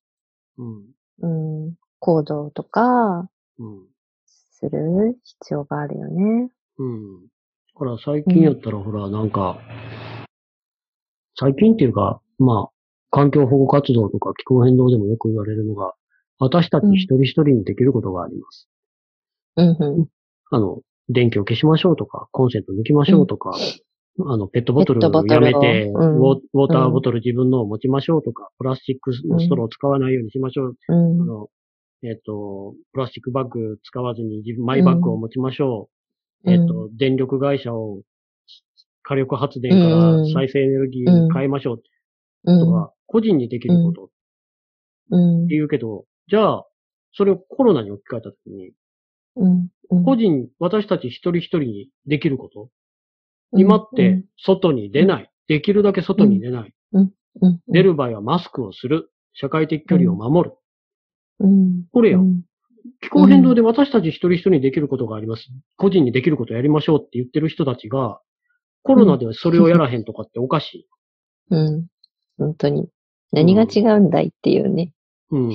A: うん、行動とか、
B: うん。
A: する必要があるよね。
B: うん。ほら、最近やったら、ほら、なんか、最近っていうか、まあ、環境保護活動とか気候変動でもよく言われるのが、私たち一人一人にできることがあります。
A: うん、う
B: あの、電気を消しましょうとか、コンセント抜きましょうとか、あの、ペットボトル
A: ペットボ
B: や
A: トルを
B: めて、
A: うん
B: ウォウォーターボトル自分のを持ちましょうとか、プラスチックのストローを使わないようにしましょう。
A: ん、
B: あ
A: うん、
B: の、えっ、と、プラスチックバッグ使わずに自分、マイバッグを持ちましょ
A: う
B: う。
A: ん
B: えっ、と、電力会社を火力発電から再生エネルギーに変えましょう
A: う
B: とか、
A: ん、
B: 個人にできることって
A: うん、
B: 言うけど、じゃあ、それをコロナに置き換えたときに、
A: うん、
B: 個人、私たち一人一人にできること。今って、外に出ない。できるだけ外に出ない。
A: うん、
B: 出る場合はマスクをする。社会的距離を守る。
A: うん、
B: これや。
A: うんん、
B: 気候変動で私たち一人一人にできることがあります。個人にできることをやりましょうって言ってる人たちが、コロナではそれをやらへんとかっておかしい。
A: うん。本当に。何が違うんだいっていうね。
B: うん。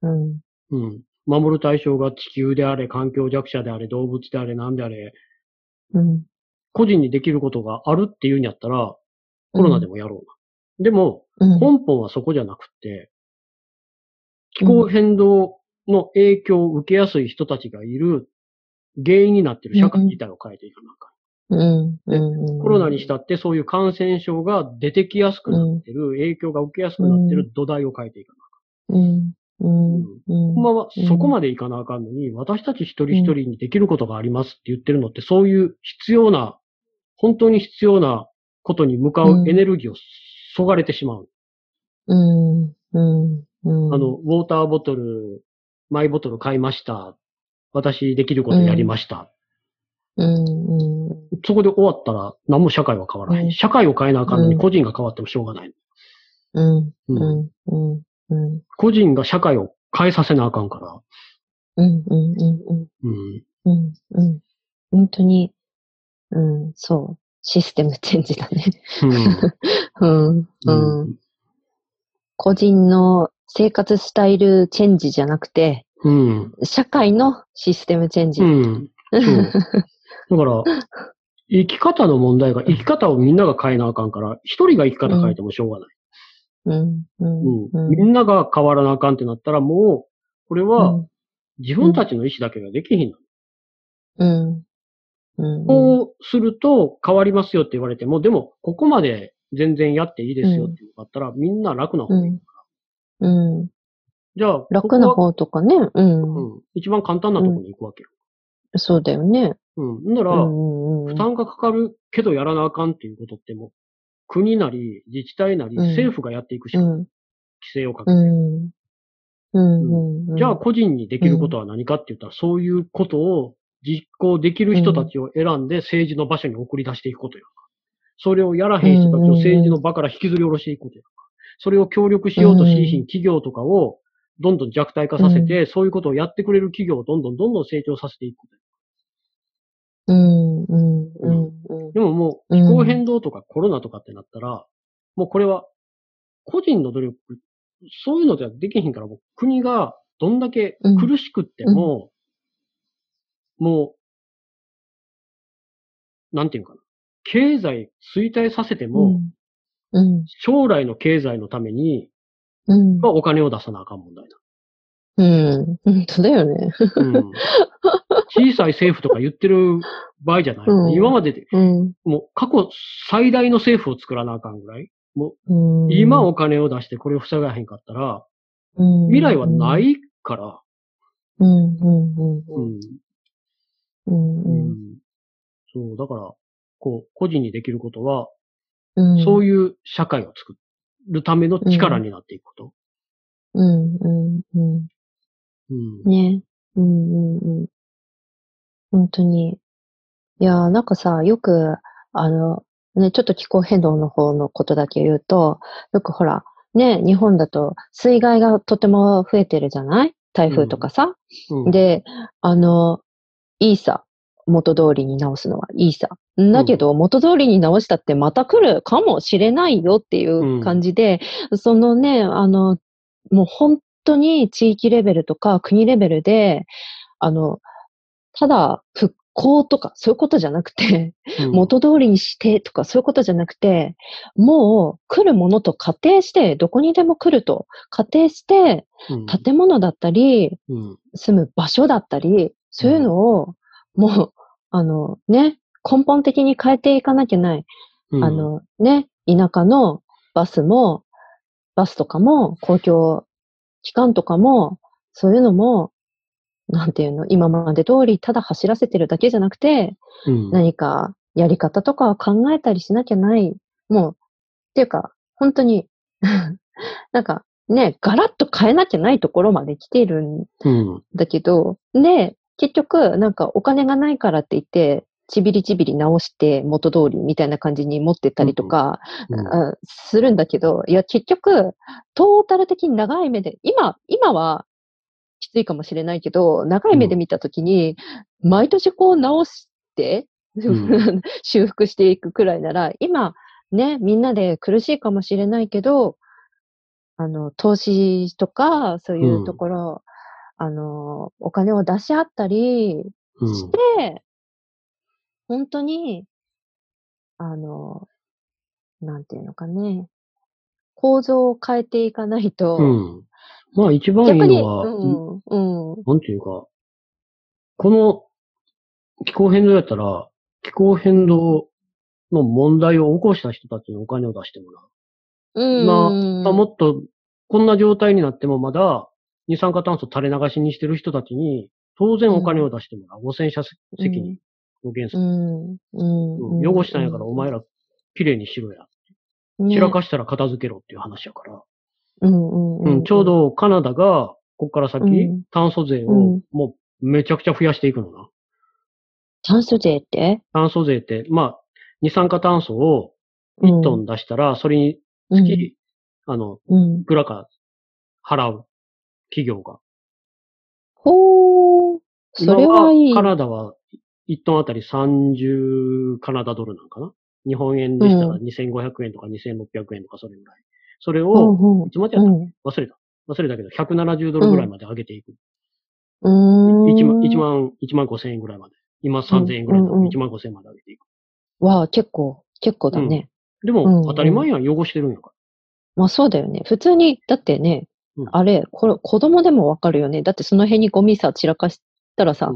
A: うん。
B: うん。守る対象が地球であれ、環境弱者であれ、動物であれ、何であれ、
A: うん。
B: 個人にできることがあるっていうんやったら、コロナでもやろうな。でも、
A: うん。
B: 根本はそこじゃなくて、気候変動の影響を受けやすい人たちがいる原因になってる社会自体を変えていかなあかん
A: うん。うん。
B: コロナにしたってそういう感染症が出てきやすくなってる、影響が受けやすくなってる土台を変えていかなあ
A: うん。うん。うん。
B: かん。ほんまは
A: うん
B: そこまでいかなあかんのに、私たち一人一人にできることがありますって言ってるのって、そういう必要な、本当に必要なことに向かうエネルギーをそがれてしまう。
A: うん。うん。うん。
B: あの、、ウォーターボトル、マイボトル買いました。私できることやりました。
A: うん。うん。
B: そこで終わったら何も社会は変わらない。
A: うん
B: 社会を変えなあかんの
A: う
B: に
A: ん
B: 個人が変わってもしょうがない。
A: うん。
B: う
A: うんん。うん。うん。
B: 個人が社会を変えさせなあかんから。
A: うん。うん。うん。
B: うん。
A: うん。うん。本当に、うん。そう。システムチェンジだね。 うん。
B: うん。
A: うん。個人の生活スタイルチェンジじゃなくて、
B: うん。
A: 社会のシステムチェンジ。
B: う。ん。そう。だから、生き方の問題が、生き方をみんなが変えなあかんから、一人が生き方変えてもしょうがない。
A: うん。うん。
B: うん。みんなが変わらなあかんってなったら、もう、これは自分たちの意思だけができひんの
A: うん。うん。
B: こうすると変わりますよって言われても、でも、ここまで全然やっていいですよっていうのがあったら、みんな楽な方
A: う
B: がいい。
A: ん。うん。
B: じゃあ、
A: 楽な
B: ここは
A: 方とかね。うん。
B: うん。一番簡単なところに行くわけよ。
A: そうだよね。
B: うん。な
A: う
B: ら、
A: ん。
B: 負担がかかるけどやらなあかんっていうことってもう、国なり、自治体なり、
A: うん
B: 政府がやっていくし
A: う
B: か規
A: ん。
B: 制をかけ
A: う
B: る。
A: ん。うん。
B: じゃあ、個人にできることは何かって言ったら、そういうことを実行できる人たちを選んで政治の場所に送り出していくことやんか。それをやらへん人たちを政治の場から引きずり下ろしていくことやんか。それを協力しようとしいひん企業とかをどんどん弱体化させて、そういうことをやってくれる企業をどんどんどんどん成長させていくことや
A: うん。うん。うん。
B: でもも
A: う
B: う気
A: ん
B: 候変動とかコロナとかってなったら、もうこれは個人の努力、そういうのではできへんから、もう国がどんだけ苦しくっても、もう、なんていうかな。経済衰退させても、
A: うん。
B: 将来の経済のために、
A: うん。
B: まあお金を出さなあかん問題
A: うん。本当だよね。
B: な。 うん小さい政府とか言ってる場合じゃない。
A: うん
B: 今までで、
A: うん。
B: もう過去最大の政府を作らなあかんぐらい。
A: うん。
B: 今お金を出してこれを塞がへんかったら、
A: うん、
B: 未来はないから、
A: うん。うん。うん。うん。
B: う
A: うんん。
B: そう、だから、こう、個人にできることは、
A: うん。
B: そう
A: い
B: いう社会を作るための力になっていくこと。
A: うん。うん。うん。
B: うん。
A: ね。うんうんうん。本当に。いやー、なんかさ、よく、あの、ね、ちょっと気候変動の方のことだけ言うと、よくほら、ね、日本だと水害がとても増えてるじゃない台風とかさ。
B: うん、
A: で、あの、いいさ。元通りに直すのはいいさ。だけど、元通りに直したってまた来るかもしれないよっていう感じで、そのね、あの、もう本当に地域レベルとか国レベルで、あの、ただ復興とかそういうことじゃなくて、
B: うん、
A: 元通りにしてとかそういうことじゃなくて、もう来るものと仮定して、どこにでも来ると仮定して、
B: うん、
A: 建物だったり、
B: うん、
A: 住む場所だったり、そういうのを、もう、あのね、根本的に変えていかなきゃない。
B: うん
A: あ、のね、田舎のバスも、バスとかも、公共機関とかも、そういうのも、なんていうの、今まで通りただ走らせてるだけじゃなくて、
B: うん、
A: 何かやり方とかを考えたりしなきゃない。もう、っていうか、本当に、 なんかね、ガラッと変えなきゃないところまで来ているん
B: うん、
A: だけど、で、結局、なんかお金がないからって言って、ちびりちびり直して元通りみたいな感じに持ってったりとか、
B: うん
A: あするんだけど、いや、結局、トータル的に長い目で、今、今はきついかもしれないけど、長い目で見たときに、毎年こう直して、
B: うん
A: 修復していくくらいなら、今、ね、みんなで苦しいかもしれないけど、あの、投資とか、そういうんうところ、あの、お金を出し合ったり
B: うん
A: して、本当に、あの、なんていうのかね、構造を変えていかないと、
B: うん。まあ一番いい
A: 逆に、
B: のは、
A: うん、うん、
B: なんていうか、この気候変動やったら、気候変動の問題を起こした人たちにお金を出してもらう。
A: うん。
B: まあまあもっと、こんな状態になってもまだ、二酸化炭素垂れ流しにしてる人たちに、当然お金を出してもらう。汚染者責任の原
A: う
B: 則。
A: ん、うん、
B: うん汚したんやからお前
A: ら、
B: ら、綺麗にしろや。
A: ね
B: 散らかしたら片付けろっていう話やから。
A: うんうんう
B: うんん、ちょう、どカナダが、こっから先、
A: うん
B: 炭素税
A: う
B: を
A: ん
B: もうめちゃくちゃ増やしていくのな。
A: 炭素税って
B: 炭素税って、まあ、二酸化炭素を
A: うん
B: 1トン出したら、それに月、あの、
A: うん
B: い。くらか払う企業が。
A: ほー、それはいい
B: 今。カナダは1トンあたり30カナダドルなんかな日本円でしたら
A: う
B: 2500円とか2600円とかそれぐらい。それ
A: うん
B: を、
A: うん
B: いつまで
A: う
B: やった
A: ん
B: 忘れた。忘れたけど、170ドルぐらいまで上げていく。
A: うーん。
B: 1万、1万、1万5千円ぐらいまで。今3000円ぐらいだと
A: うんうん
B: 1万5千円まで上げていく。
A: わあ、結構、結構だね。
B: で
A: うんうん
B: も、当たり前やん、汚してるんやか
A: まあそうだよね。普通に、だってね
B: うん、
A: あれ、これ、子供でもわかるよね。だってその辺にゴミさ、散らかしたらさ、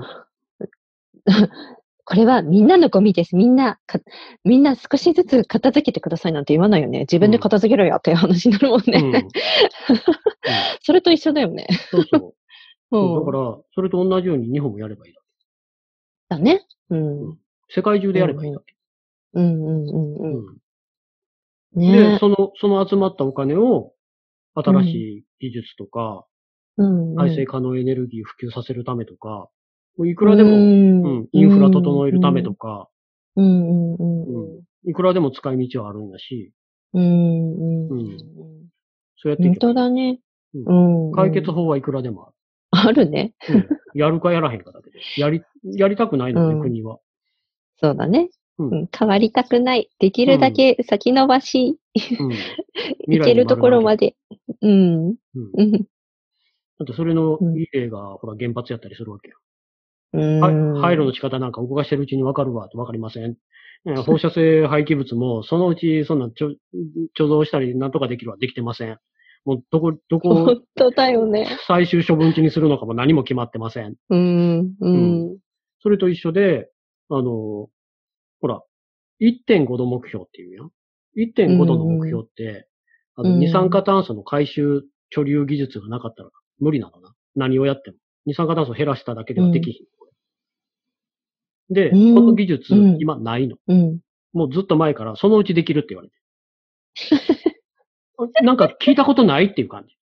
A: これはみんなのゴミです。みんな、かみんな少しずつ片付けてくださいなんて言わないよね。自分で片付けろやって話になるもん
B: ら。
A: ね。
B: うん。うん
A: それと一緒だよね。
B: そうそう。
A: うん。
B: だから、それと同じように日本もやればいい
A: だ
B: だけ。
A: ね。うん。うん
B: 世界中でやればいいだけ。
A: うんうんうん。
B: うんで、
A: ね
B: その、その集まったお金を、新しい技術とか、
A: うんうん
B: 再生可能エネルギーを普及させるためとか、もうい
A: い
B: くらでも、う
A: も
B: ん、インフラ整えるためとか、
A: うんうんうん
B: いくらでも使い道はあるんだし、
A: うん。うんうん
B: う
A: うんん。
B: そうやってい
A: 本
B: けば
A: 当
B: いい
A: だね。
B: う
A: うん。
B: 解決法はいくらでもある。
A: あるね。
B: うんやるかやらへんかだけで。やり、やりたくないのね、
A: うん
B: 国は。
A: そうだね。
B: うん
A: うん変わりたくない。できるだけ先延ばし、
B: うん。
A: いけるところま
B: で。
A: で。うん。
B: うん。
A: うん
B: だってそれのいい例が、ほら、原発やったりするわけよ。
A: うん。
B: はい廃炉の仕方なんか動かしてるうちにわかるわ、わかりません。えー放射性廃棄物も、そのうち、そんなんちょ、貯蔵したり、なんとかできるわ、できてません。もう、どこ、どこを
A: 本当だよね。
B: 最終処分地にするのかも何も決まってません。
A: うん。うん。
B: それと一緒で、あの、ほら、1.5度目標っていうやん。1.5度の目標って、あ
A: う
B: の、
A: ん
B: 二酸化炭素の回収、貯留技術がなかったら無理なのな。何をやっても。二酸化炭素減らしただけではできひん。で、
A: うん
B: この技術、
A: うん
B: 今ないの。
A: うん。
B: もうずっと前から、そのうちできるって言われて る。なんか聞いたことないっていう感じ。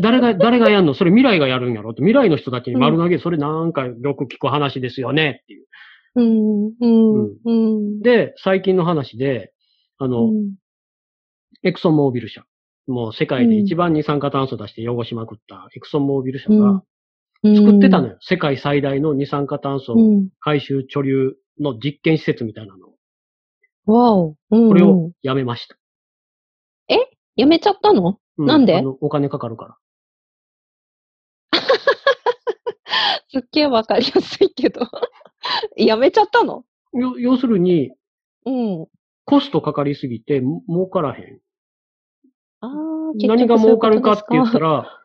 B: 誰が、誰がやんのそれ未来がやるんやろって。未来の人たちに丸投げ、それなんかよく聞く話ですよねっていう。
A: うん。うん。うん。
B: で、最近の話で、あ
A: う
B: の、
A: ん、
B: エクソンモービル社。もう世界で一番二酸化炭素出して汚しまくったエクソンモービル社が作ってたの
A: よ。
B: よ。世界最大の二酸化炭素
A: うん。
B: 回収貯留の実験施設みたいなのを
A: わお。こ
B: これをやめました。
A: やめちゃったの
B: う
A: なんで
B: あのお金かかるから。
A: すっげえわかりやすいけど。 やめちゃったの
B: よ要するに、
A: うん。
B: コストかかりすぎても儲からへん。
A: ああ、
B: 何が儲かるかって言った
A: ら。
B: ら、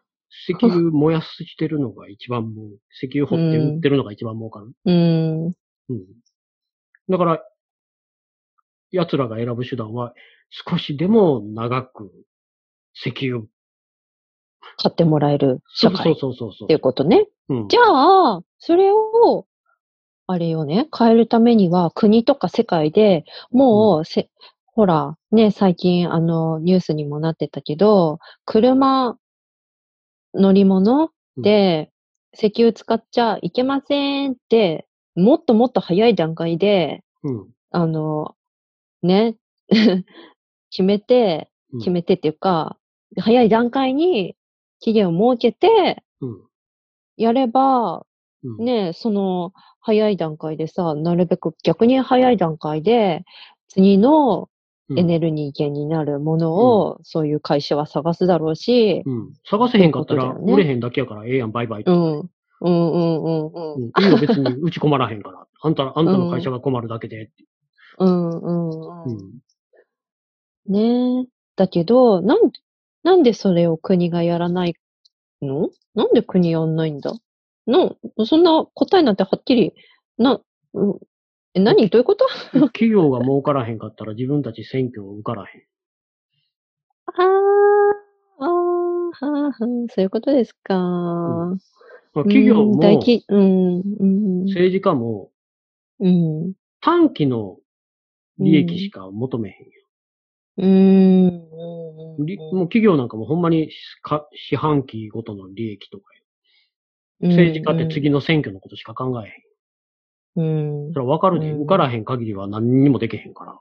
B: 石油燃やしてるのが一番もう、石油掘って売ってるのが一番儲かる。
A: うん。
B: うん。だから、奴らが選ぶ手段は、少しでも長く石油。
A: 買ってもらえる社
B: そう
A: 会
B: そう
A: っ
B: そうそうそう。
A: ていうことね。
B: うん
A: じゃあ、それを、あれよね、変えるためには国とか世界でもうせ、ほら、ね、最近あのニュースにもなってたけど、車、乗り物で石油使っちゃいけませんって、もっともっと早い段階で、
B: うん。
A: あの、ね、 決めて、
B: うん
A: 決めてっていうか、早い段階に期限を設けて
B: うん。
A: やれば、
B: うん。
A: ね、その早い段階でさ、なるべく逆に早い段階で、次の
B: うん
A: エネルギー源になるものを、そういう会社は探すだろうし、
B: うん。探せへんかったら、
A: そういうことだよ
B: 売
A: ね
B: れへんだけやから、ええやん、バイバイ。
A: うん。うんうんうんうん。
B: うんいいよ、別に、うち困らへんから。あんたら、あんたの会社が困るだけで。
A: うんうん
B: う
A: うんん。。ねえ。だけど、なん、なんでそれを国がやらないのなんで国やんないんだの、そんな答えなんてはっきり、な、うんえ、何どういうこと
B: 企業が儲からへんかったら、自分たち選挙を受からへん。
A: あー、あー、はーはーそういうことですか。
B: んまあ企業
A: うん
B: も、
A: 大
B: 政
A: 企、うん、うん、
B: 治家も、
A: うん、
B: 短期の利益しか求めへんよ。
A: うん、うん
B: りもう企業なんかもほんまにか四半期ごとの利益とかよ、
A: うん
B: 政治家って次の選挙のことしか考えへん。
A: うん、
B: それはわかるで、
A: うん
B: 受からへん限りは何にもできへんから。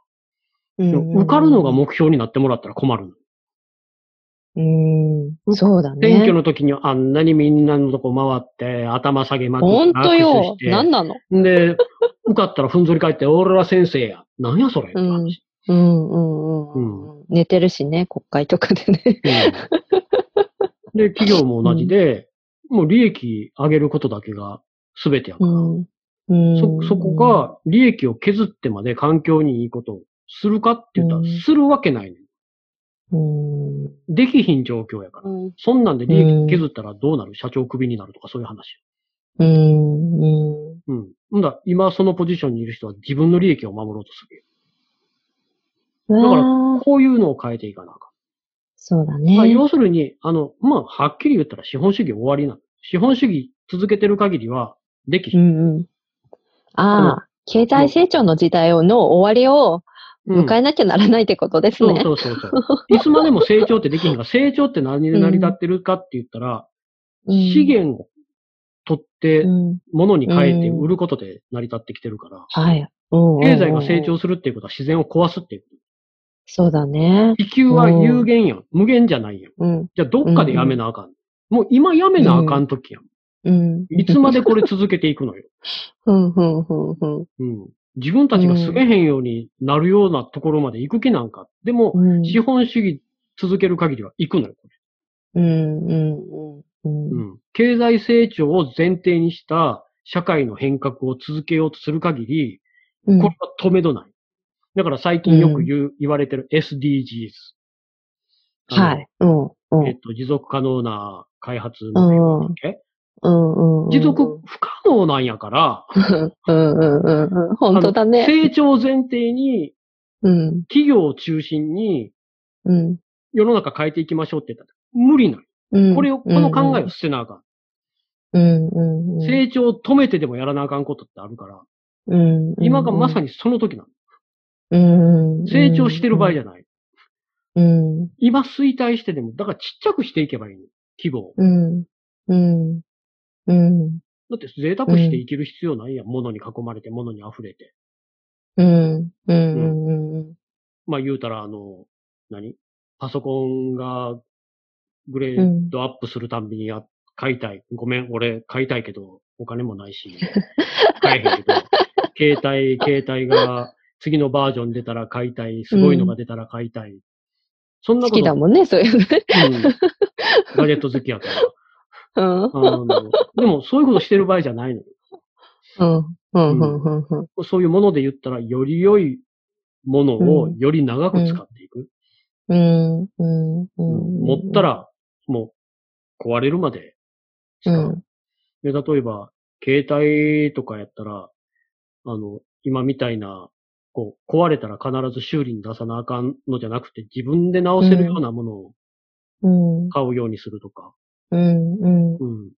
A: う
B: で
A: ん
B: も受かるのが目標になってもらったら困るの。
A: うん、そうだね。
B: 選挙の時にはあんなにみんなのとこ回って、頭下げまくって
A: ほんとよ
B: 握。手
A: 何なの
B: して、で、受かったらふんぞり返って、俺ら先生や。なんやそれ、
A: うん
B: うん
A: うんうんうんうん。寝てるしね、国会とかでね。
B: で、企業も同じで、もう利益上げることだけが全てやから。
A: うん
B: そ、そこ、が利益を削ってまで環境にいいことをするかって言ったら
A: うん、
B: するわけないねん。
A: うん
B: できひん状況やから。
A: うん
B: そんなんで利益削ったらどうなる社長クビになるとかそういう話。
A: うんうん
B: うん。ほんだら、今そのポジションにいる人は自分の利益を守ろうとする。
A: う
B: だから
A: わー
B: こういうのを変えていかなあか
A: そうだ
B: ん。まあ、
A: ね。
B: 要するに、あの、まあ、はっきり言ったら資本主義終わりなの。資本主義続けてる限りは、できひ。
A: うんんうん。ああ、経済成長の時代をの終わりを
B: うん
A: 迎えなきゃならないってことです
B: そう
A: ね。
B: そうそうそう。いつまでも成長ってでき ひんが、成長って何で成り立ってるかって言ったら、
A: うん
B: 資源を取って
A: う、ん
B: 物に変えて
A: うん
B: 売ることで成り立ってきてるから、
A: はい。うんうんうん
B: 経済が成長するっていうことは自然を壊すっていうこ
A: そうだね。
B: と。地球は有限やん。無限じゃないやん。
A: うん。
B: じゃあどっかでやめなあかん。もう今やめなあかんときやん。
A: うん。
B: いつまでこれ続けていくのよ。
A: ふんふんふんふん
B: うん。自分たちがすげへんようになるようなところまで行く気なんか。でも、
A: うん。
B: 資本主義続ける限りは行くのよ。
A: うんうんうんう。
B: うんん経済成長を前提にした社会の変革を続けようとする限り、
A: うん
B: これは止めどない。だから最近よく言う、言われてる SDGs。あの
A: はい。うん。うん
B: えっと、持続可能な開発
A: う
B: の、
A: んうん
B: え
A: うんうん。
B: 持続不可能なんやから、
A: うんうんうんうん。本当だ
B: あの
A: ね。
B: 成長を前提に、
A: うん。
B: 企業を中心に
A: うん。
B: 世の中変えていきましょうって言ったら、無理な
A: うん
B: の。これを、この考えを捨てなあかん。
A: うんうんうん。
B: 成長を止めてでもやらなあかんことってあるから、
A: うんうん
B: 今がまさにその時なの。
A: に
B: 成長してる場合じゃない。
A: うん。
B: 今衰退してでも、だからちっちゃくしていけばいいの。規模を。
A: うん。うん。うん。
B: だって贅沢していける必要ないやん。物に囲まれて、物に溢れて。
A: うん。うん。うん。
B: まあ言うたら、あの、何パソコンがグレードアップするたんびにや、買いたい。ごめん、俺買いたいけど、お金もない し、買えへんけど、携帯、携帯が次のバージョン出たら買いたい。すごいのが出たら買いたい。そんな
A: 好
B: こと
A: きだもんね、そういうのね。
B: うんガジェット好きやから。
A: うん。
B: あのでも、そういうことしてる場合じゃないのよ。
A: うん。うん。うん。うん。
B: そういうもので言ったら、より良いものを
A: うん
B: より長く使っていく。
A: うん。うん。
B: うん持った、ら、もう、壊れるまで
A: う
B: 使う。
A: ん。
B: で例えば、携帯とかやったら、あの、今みたいな、こう、壊れたら必ず修理に出さなあかんのじゃなくて、自分で直せるようなものを
A: うん。
B: 買うようにするとか。
A: うん。
B: うん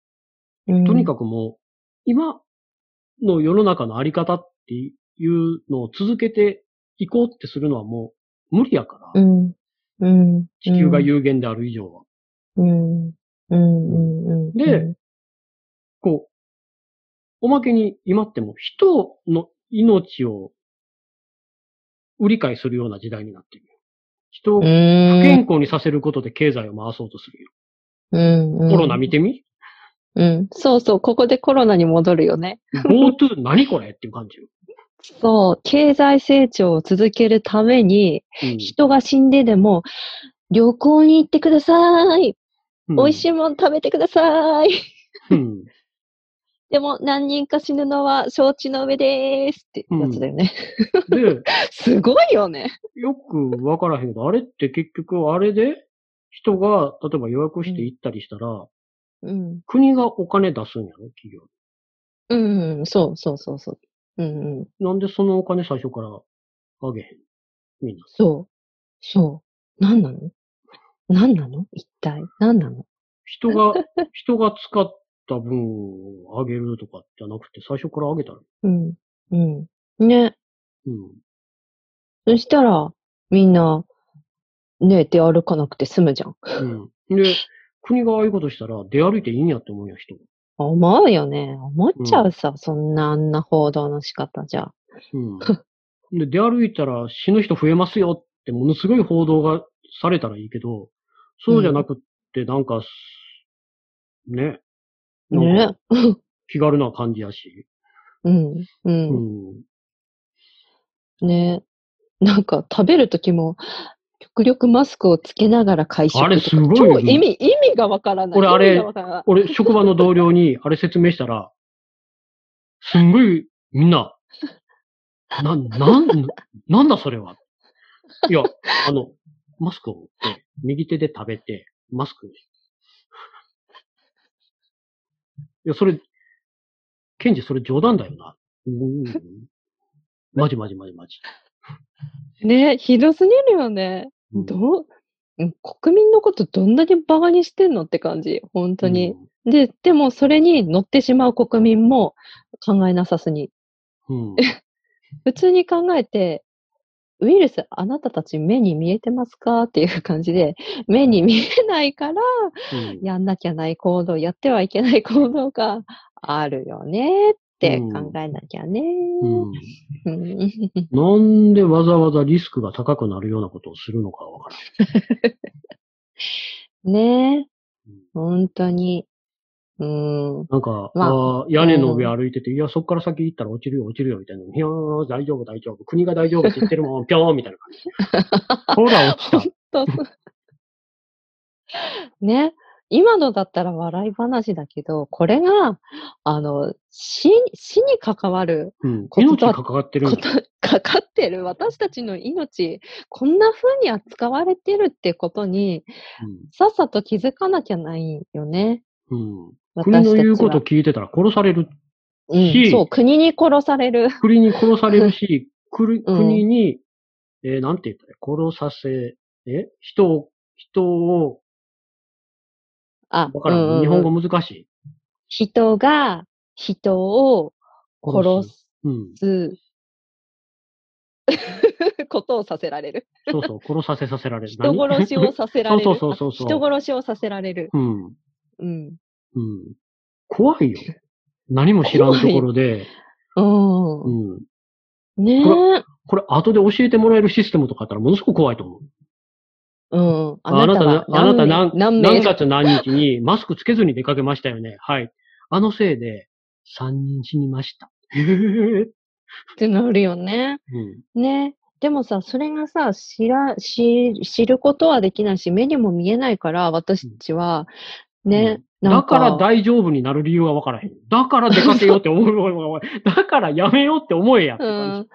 A: うん。
B: とに
A: く。
B: かくもう、今の世の中のあり方っていうのを続けていこうってするのはもう無理やか
A: う
B: ら、
A: ん。うん。
B: 地球が有限である以上は。
A: うん。うん。うん。
B: で、こう、おまけに今ってもう人の命を売り買いするような時代になってるよ。人を
A: う
B: 不
A: ん。
B: 健康にさせることで経済を回そうとするよ。
A: コ
B: コ ロナ見てみ
A: うん。そうそう、ここでコロナに戻るよね。
B: GoTo 何これっていう感じよ。
A: そう、経済成長を続けるために、人が死んででも、旅行に行ってください。
B: うん
A: 美味しいもん食べてください。
B: うん。
A: でも、何人か死ぬのは承知の上ですってやつだよね。
B: で、
A: すごいよね。
B: よくわからへんけど、あれって結局あれで人が、例えば予約して行ったりしたら、
A: うん。
B: 国がお金出すんやろ企業
A: うん、そうそうそうそう。うん、うん。
B: に。なんでそのお金最初からあげへんみんな。
A: そう。そう。何なの何なの一体。何なの
B: 人が、人が使った分をあげるとかじゃなくて、最初からあげたら。
A: うん。うん。ね。
B: うん。
A: そしたら、みんな、ね、出歩かなくて済むじゃん。
B: うん。で、国がああいうことしたら、出歩いていいんやって思うやん、人が。
A: 思うよね。思っちゃうさ、そんなあんな報道の仕方じゃ。
B: うん。で、出歩いたら死ぬ人増えますよって、ものすごい報道がされたらいいけど、そうじゃなくって、なんか、ね、なん
A: ね
B: か。気軽な感じやし。
A: うん。う。
B: うんん。
A: ね。なんか、食べるときも、極力マスクをつけながら会食とか。
B: あれすごいよね
A: 超意味、意味がわからない。
B: 俺あれ
A: 意味がわからない
B: 俺、職場の同 僚にあれ説明したら、すんごい、みんな、な、なん、なんだそれは。いや、あの、マスクを持って、右手で食べて、マスク。いや、それ、ケンジそれ冗談だよな。うん。マジマジマジマジ。
A: ね、ひどすぎるよね。
B: うん
A: どう、うん国民のことどんなにバカにしてんのって感じ。本当に。。で、でもそれに乗ってしまう国民も考えなさすぎ。
B: うん。うん
A: 普通に考えて、ウイルスあなたたち目に見えてますかっていう感じで、目に見えないから、やんなきゃない行動、やってはいけない行動があるよねって考えなきゃね。
B: うん。
A: うん
B: なんでわざわざリスクが高くなるようなことをするのかわからない。
A: ねえ
B: うん。
A: 本当に。うん。
B: なんか、
A: まあ
B: あー屋根の上歩いてて、いや、そこから先行ったら落ちるよ、落ちるよ、みたいな。いやー、大丈夫、大丈夫。国が大丈夫って言って るもん、ぴょーんみたいな感じ。ほら、落ちた。
A: そうそうね。今のだったら笑い話だけど、これが、あの、死、死に関わる
B: うん。
A: こと
B: 命
A: だ
B: かかってるん
A: こ
B: だ
A: と、かかってる私たちの命、こんな風に扱われてるってことに、さっさと気づかなきゃないよね。
B: うん。うん。
A: 私た
B: 国
A: ち
B: の
A: は。
B: 言うこと聞いてたら殺される。
A: うん、
B: し
A: そう、国に殺される。
B: 国に殺される し、くる
A: うん
B: 国に、えーなんて言ったらいい、殺させ、え人を、人を、
A: あ、
B: わから
A: うんうんうん
B: ん。日本語難しい。
A: 人が人を殺
B: す。うん。
A: すことをさせられ る。
B: そう そう、殺させさせられる。
A: 人殺しをさせられる。
B: そうそうそうそうそう
A: 人殺しをさせられる。
B: 何うん。
A: うん。
B: うん。怖いよ。何も知らんところで。
A: う。
B: うんん。
A: ねえ。
B: これ、後で教えてもらえるシステムとかあったらものすごく怖いと思う。
A: うん。
B: あなた
A: は
B: な、あなた何、
A: 何名
B: 何月何日にマスクつけずに出かけましたよね。はい。あのせいで、3人死にました。 へへへへ
A: ってなるよね。
B: うん。
A: ね。でもさ、それがさ、知ら、知、知ることはできないし、目にも見えないから、私たちは、ね、
B: うん
A: な
B: だ
A: んか
B: から大丈夫になる理由はわからへん。だから出かけようって思う。おいおいおい だからやめようって思えやって
A: う
B: 感
A: ん、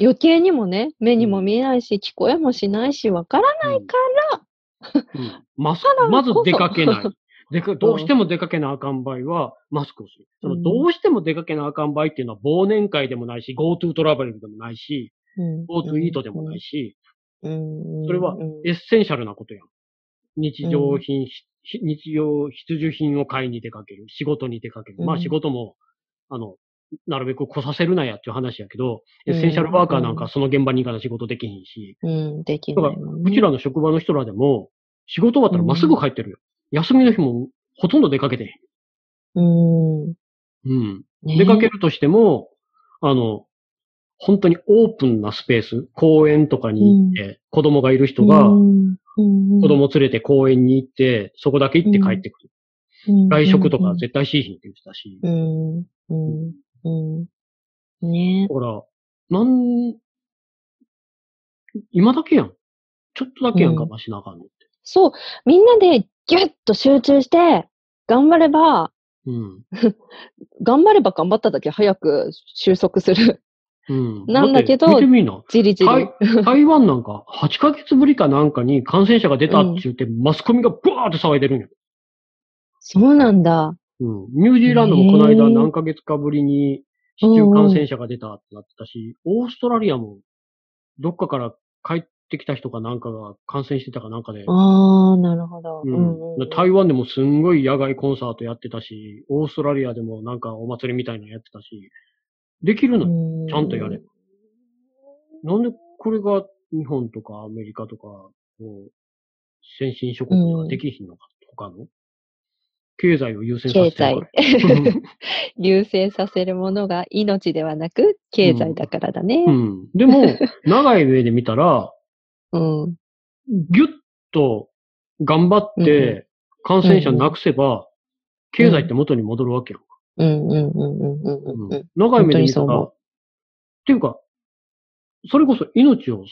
A: 余計にもね、目にも見えないし、聞こえもしないし、わから
B: じ。
A: ないか
B: うんうんまず
A: だからこ、そ
B: まず出かけない。 でか、どうしても出かけなあかん場合は、マスクをする。そ
A: うん
B: の、どうしても出かけなあかん場合っていうのは、忘年会でもないし、GoTo トラベルでもないし、
A: ら。うん
B: GoTo イートでもないし、
A: うん、
B: それは
A: うん
B: エッセンシャルなことやん。日常品、ひ日常必需品を買いに出かける。仕事に出かける。ま
A: う
B: あ
A: ん
B: 仕事も、あの、なるべく来させるなやっていう話やけど、エッセンシャルワーカーなんかその現場に行かない仕事できへんし、
A: うん、できないもん
B: う
A: ね
B: ちらの職場の人らでも、仕事終わったらまっすぐ帰ってるよ。休みの日もほとんど出かけてへん。
A: うん。
B: うん。
A: ね
B: 出かけるとしても、あの、本当にオープンなスペース、公園とかに行って、子供がいる人が、
A: う
B: 子
A: ん、うん
B: 供連れて公園に行って、そこだけ行って帰ってくる。
A: うん
B: 外食とか絶対しいひんって言ってたし
A: う、ん、うん、うん。ね
B: だから、なん、今だけやん。ちょっとだけやんか、
A: うん
B: マシなあかんのって。
A: そう、みんなでギュッと集中して、頑張れば、
B: うん。
A: 頑張れば頑張っただけ早く収束する。
B: うん。
A: なんだけど
B: って見てみいな。
A: じりじり。
B: 台台湾なんか、8ヶ月ぶりかなんかに感染者が出たって言って、マスコミがブワーって騒いでるんや。
A: そうなんだ。
B: うん。ニュージーランドもこの
A: へ
B: 間
A: ー
B: 何ヶ月かぶりに市中感染者が出たってなってたし、オーストラリアもどっかから帰ってきた人かなんかが感染してたかなんかで、
A: ああ、なるほど。
B: う
A: うん
B: ん
A: うんうん
B: 台湾でもすんごい野外コンサートやってたし、オーストラリアでもなんかお祭りみたいなのやってたし、できるのよ
A: う
B: ちゃんとやれ。なんでこれが日本とかアメリカとか、こう、先進諸国にはできひんのか、他の経済を優先させてるから。
A: 経済 優先させるものが命ではなく、経済だからだね
B: う。ん。でも、 長い目で見たら、
A: うん。
B: ぎゅっと頑張っ
A: うん
B: て感染者なくせば、経済って元に戻るわけやん。
A: うんうんうんうんうんうん
B: う
A: うん
B: ん。長い目で
A: 本当に
B: 見た
A: そう
B: ら、
A: 思う
B: っていうか、それこそ命を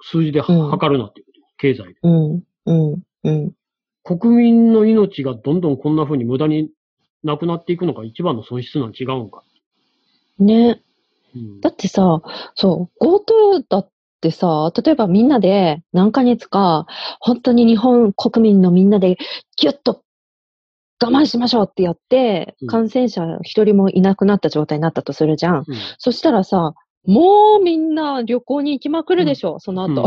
B: 数字では
A: うん
B: 測るなっていうこと、経済で。
A: うんうんうん。
B: 国民の命がどんどんこんな風に無駄になくなっていくのが一番の損失なん違うんか。
A: ね。
B: うん
A: だってさ、そう、GoTo だってさ、例えばみんなで何ヶ月か、本当に日本国民のみんなでギュッと我慢しましょうってやって
B: う、ん
A: 感染者一人もいなくなった状態になったとするじゃん。
B: うん
A: そしたらさ、もうみんな旅行に行きまくるでしょ、その後。
B: うんうん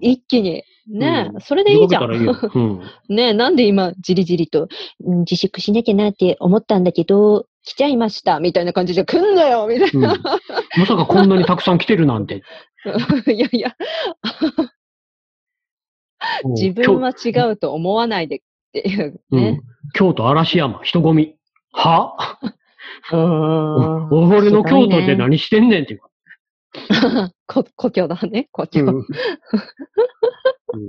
A: 一気に。ねえ、
B: うん
A: それでいいじゃ
B: 出かけたらいい
A: ん。
B: ようん
A: ねえ、なんで今、じりじりと、うん自粛しなきゃなって思ったんだけど、来ちゃいました、みたいな感じで、来んなよみたい
B: うん
A: な。
B: まさかこんなにたくさん来てるなんて。
A: いやいや、 自分は違うと思わないでっていう
B: うん
A: ね。
B: 京都嵐山、人混み。は
A: うーん。
B: 俺の京都って
A: すごいね
B: 何してんねんっていうか。
A: こ故郷だね、故
B: うん
A: 郷。
B: うん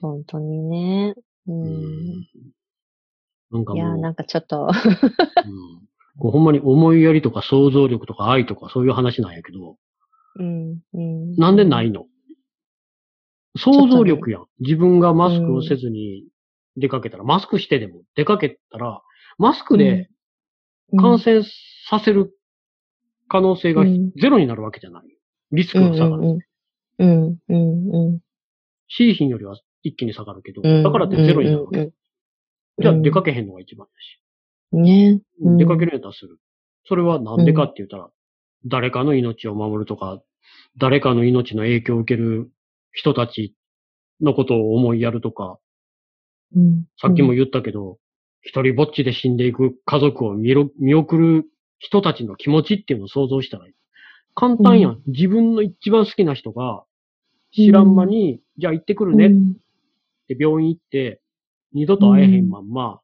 A: 本当にね。うん
B: なんか
A: いや、
B: もう、
A: なんかちょっと、
B: うんこうほんまに思いやりとか想像力とか愛とかそういう話なんやけど、
A: うん、うん。
B: なんでないいの想像力やん。自分がマスクをせずに出かけたら、マスクしてでも出かけたら、マスクで感染させる可能性が
A: うん
B: ゼロになるわけじゃない。リスクが下がる。
A: うん、うん、うん。
B: C 品よりは一気に下がるけど、
A: うん
B: だからってゼロになるわけ。。じゃあ出か
A: け、
B: けへんのが一番だし。
A: ね。うん
B: 出かけるんやったらする。それはなんでかって言ったら、誰かの命を守るとか、誰かの命の影響を受ける人たちのことを思いやるとか、
A: うん
B: さっきも言ったけど、一人ぼっちで死んでいく家族を見ろ見送る人たちの気持ちっていうのを想像したらいい。簡単やん。自分の一番好きな人が、知らん間に、じゃあ行ってくるねっ
A: うん
B: て病院行って、二度と会えへんまんま、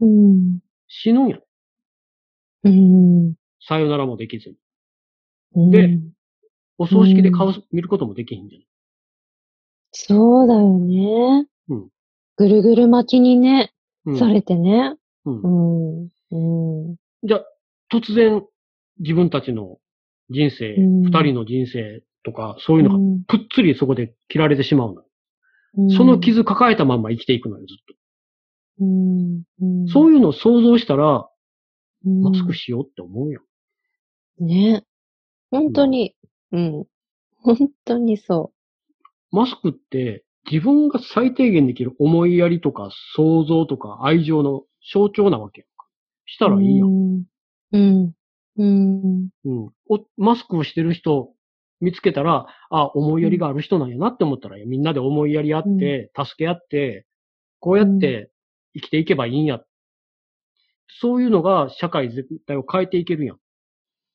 A: うん。
B: 死ぬんやん。
A: うん。
B: さよならもできずに。
A: うん
B: で、お葬式で顔す見ることもできへんじゃん。
A: そうだよね。
B: うん
A: ぐるぐる巻きにね、
B: うん
A: されてね。
B: うん
A: うん。うん。
B: じゃあ、突然、自分たちの人生、
A: う
B: 二、
A: ん
B: 人の人生とか、そういうのが、ぷっつりそこで切られてしまうの。
A: うん
B: その、傷抱えたまんま生きていくのよ、ずっと。
A: うん。うん
B: そういうのを想像したら、
A: うん
B: マスクしようって思うよ。
A: ね。本当に、うん。本当にそ
B: マスクって、自分が最低限できる思いやりとか、想像とか、愛情の象徴なわけやんか。した
A: う。
B: らいいや。
A: うんん。うん。うん。
B: うん、おマスクをしてる人見つけたら、あ、思いやりがある人なんやなって思ったら、みんなで思いやりあって、助け合って、こうやって生きていけばいいんや。そういうのが社会全体を変えていけるやん。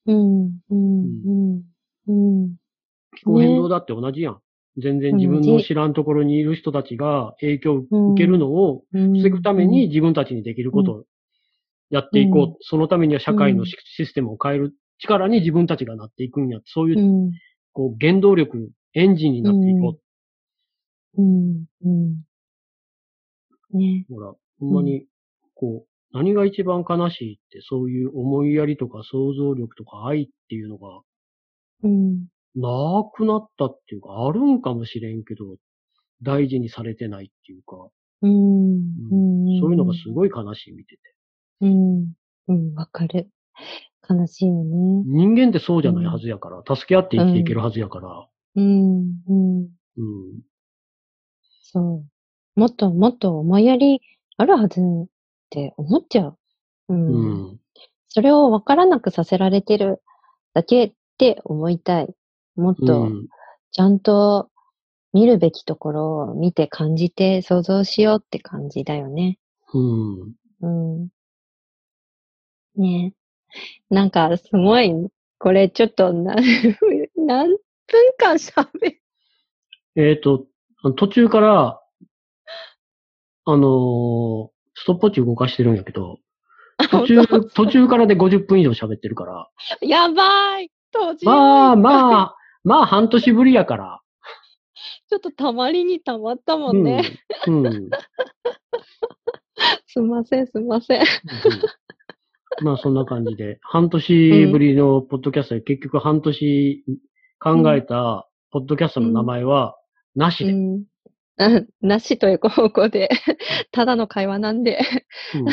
A: うん。うん。うん。
B: 気候変動だって同じやん。全然自分の知らんところにいる人たちが影響を受けるのを
A: うん。
B: 防ぐために自分たちにできることをやっていこう。
A: うん、
B: そのためには社会のシシステムを変える力に自分たちがなっていくんや。そういううんこう、原動力、エンジンになっていこ
A: うん。うん。ね。
B: う。ほら、ほんまに、こう、何が一番悲しいって、そういう思いやりとか想像力とか愛っていうのが
A: うん。
B: なくなったっていうか、あるんかもしれんけど、大事にされてないっていうか、
A: うん。うん。
B: そういうのがすごい悲しい見てて。
A: うん。うん、わかる。悲しいよね。
B: 人間ってそうじゃないはずやから、助け合って生きていけるはずやから、
A: うん。うん。
B: うん。
A: そう。もっともっと思いやりあるはずって思っちゃう。う。
B: うんん。
A: それをわからなくさせられてるだけって思いたい。もっ
B: う
A: と
B: ん。
A: ちゃんと見るべきところを見て感じて想像しようって感じだよね。
B: うん。
A: うん。ねえなんかすごい、これちょっとな 何分間喋る。
B: えっ、と、あの途中から、あのーストップウォッチ動かしてるんやけど、途中、途中からで50分以上喋ってるから、
A: やばい閉じる
B: まあまあ、まあ半年ぶりやから、
A: ちょっとたまりにたまったも
B: うんん、
A: ね。
B: うん。うん
A: すんません、すんません。
B: まあそんな感じで、半年ぶりのポッドキャストで結局半年考えたポッドキャストの名前は、なし
A: う
B: で、
A: ん。あなしという方向で、ただの会話なんで。
B: うん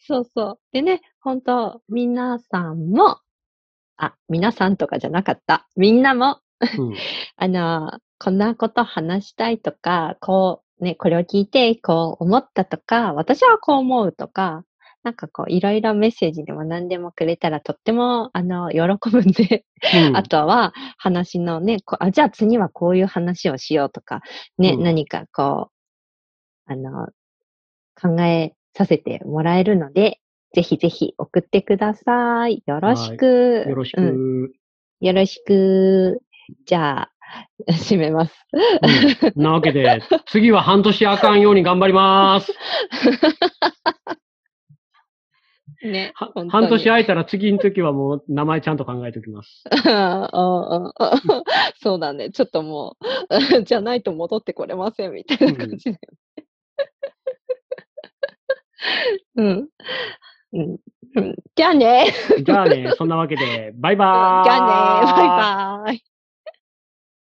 A: そうそう。でね、本当皆さんも、あ、皆さんとかじゃなかった。みんなも、
B: うん
A: あの、こんなこと話したいとか、こう、ね、これを聞いて、こう思ったとか、私はこう思うとか、なんかこう、いろいろメッセージでも何でもくれたらとっても、あの、喜ぶんで、
B: うん
A: あとは話のね、こあじゃあ次はこういう話をしようとか、ね、
B: うん
A: 何かこう、あの、考えさせてもらえるので、ぜひぜひ送ってください。よろしく。
B: よろしく。
A: うんよろしく。じゃあ、 締めます。
B: うんなわけで、次は半年あかんように頑張ります。
A: ね
B: は、
A: 本当に
B: 半年空いたら次の時はもう名前ちゃんと考えておきます。
A: あああ そうだね。ちょっともう、 じゃないと戻ってこれませんみたいな感じだよね。うん。うんうん。じゃあね。
B: じゃあね、そんなわけで、バイ
A: じ
B: バーイ。
A: ゃあね。バイバーイ。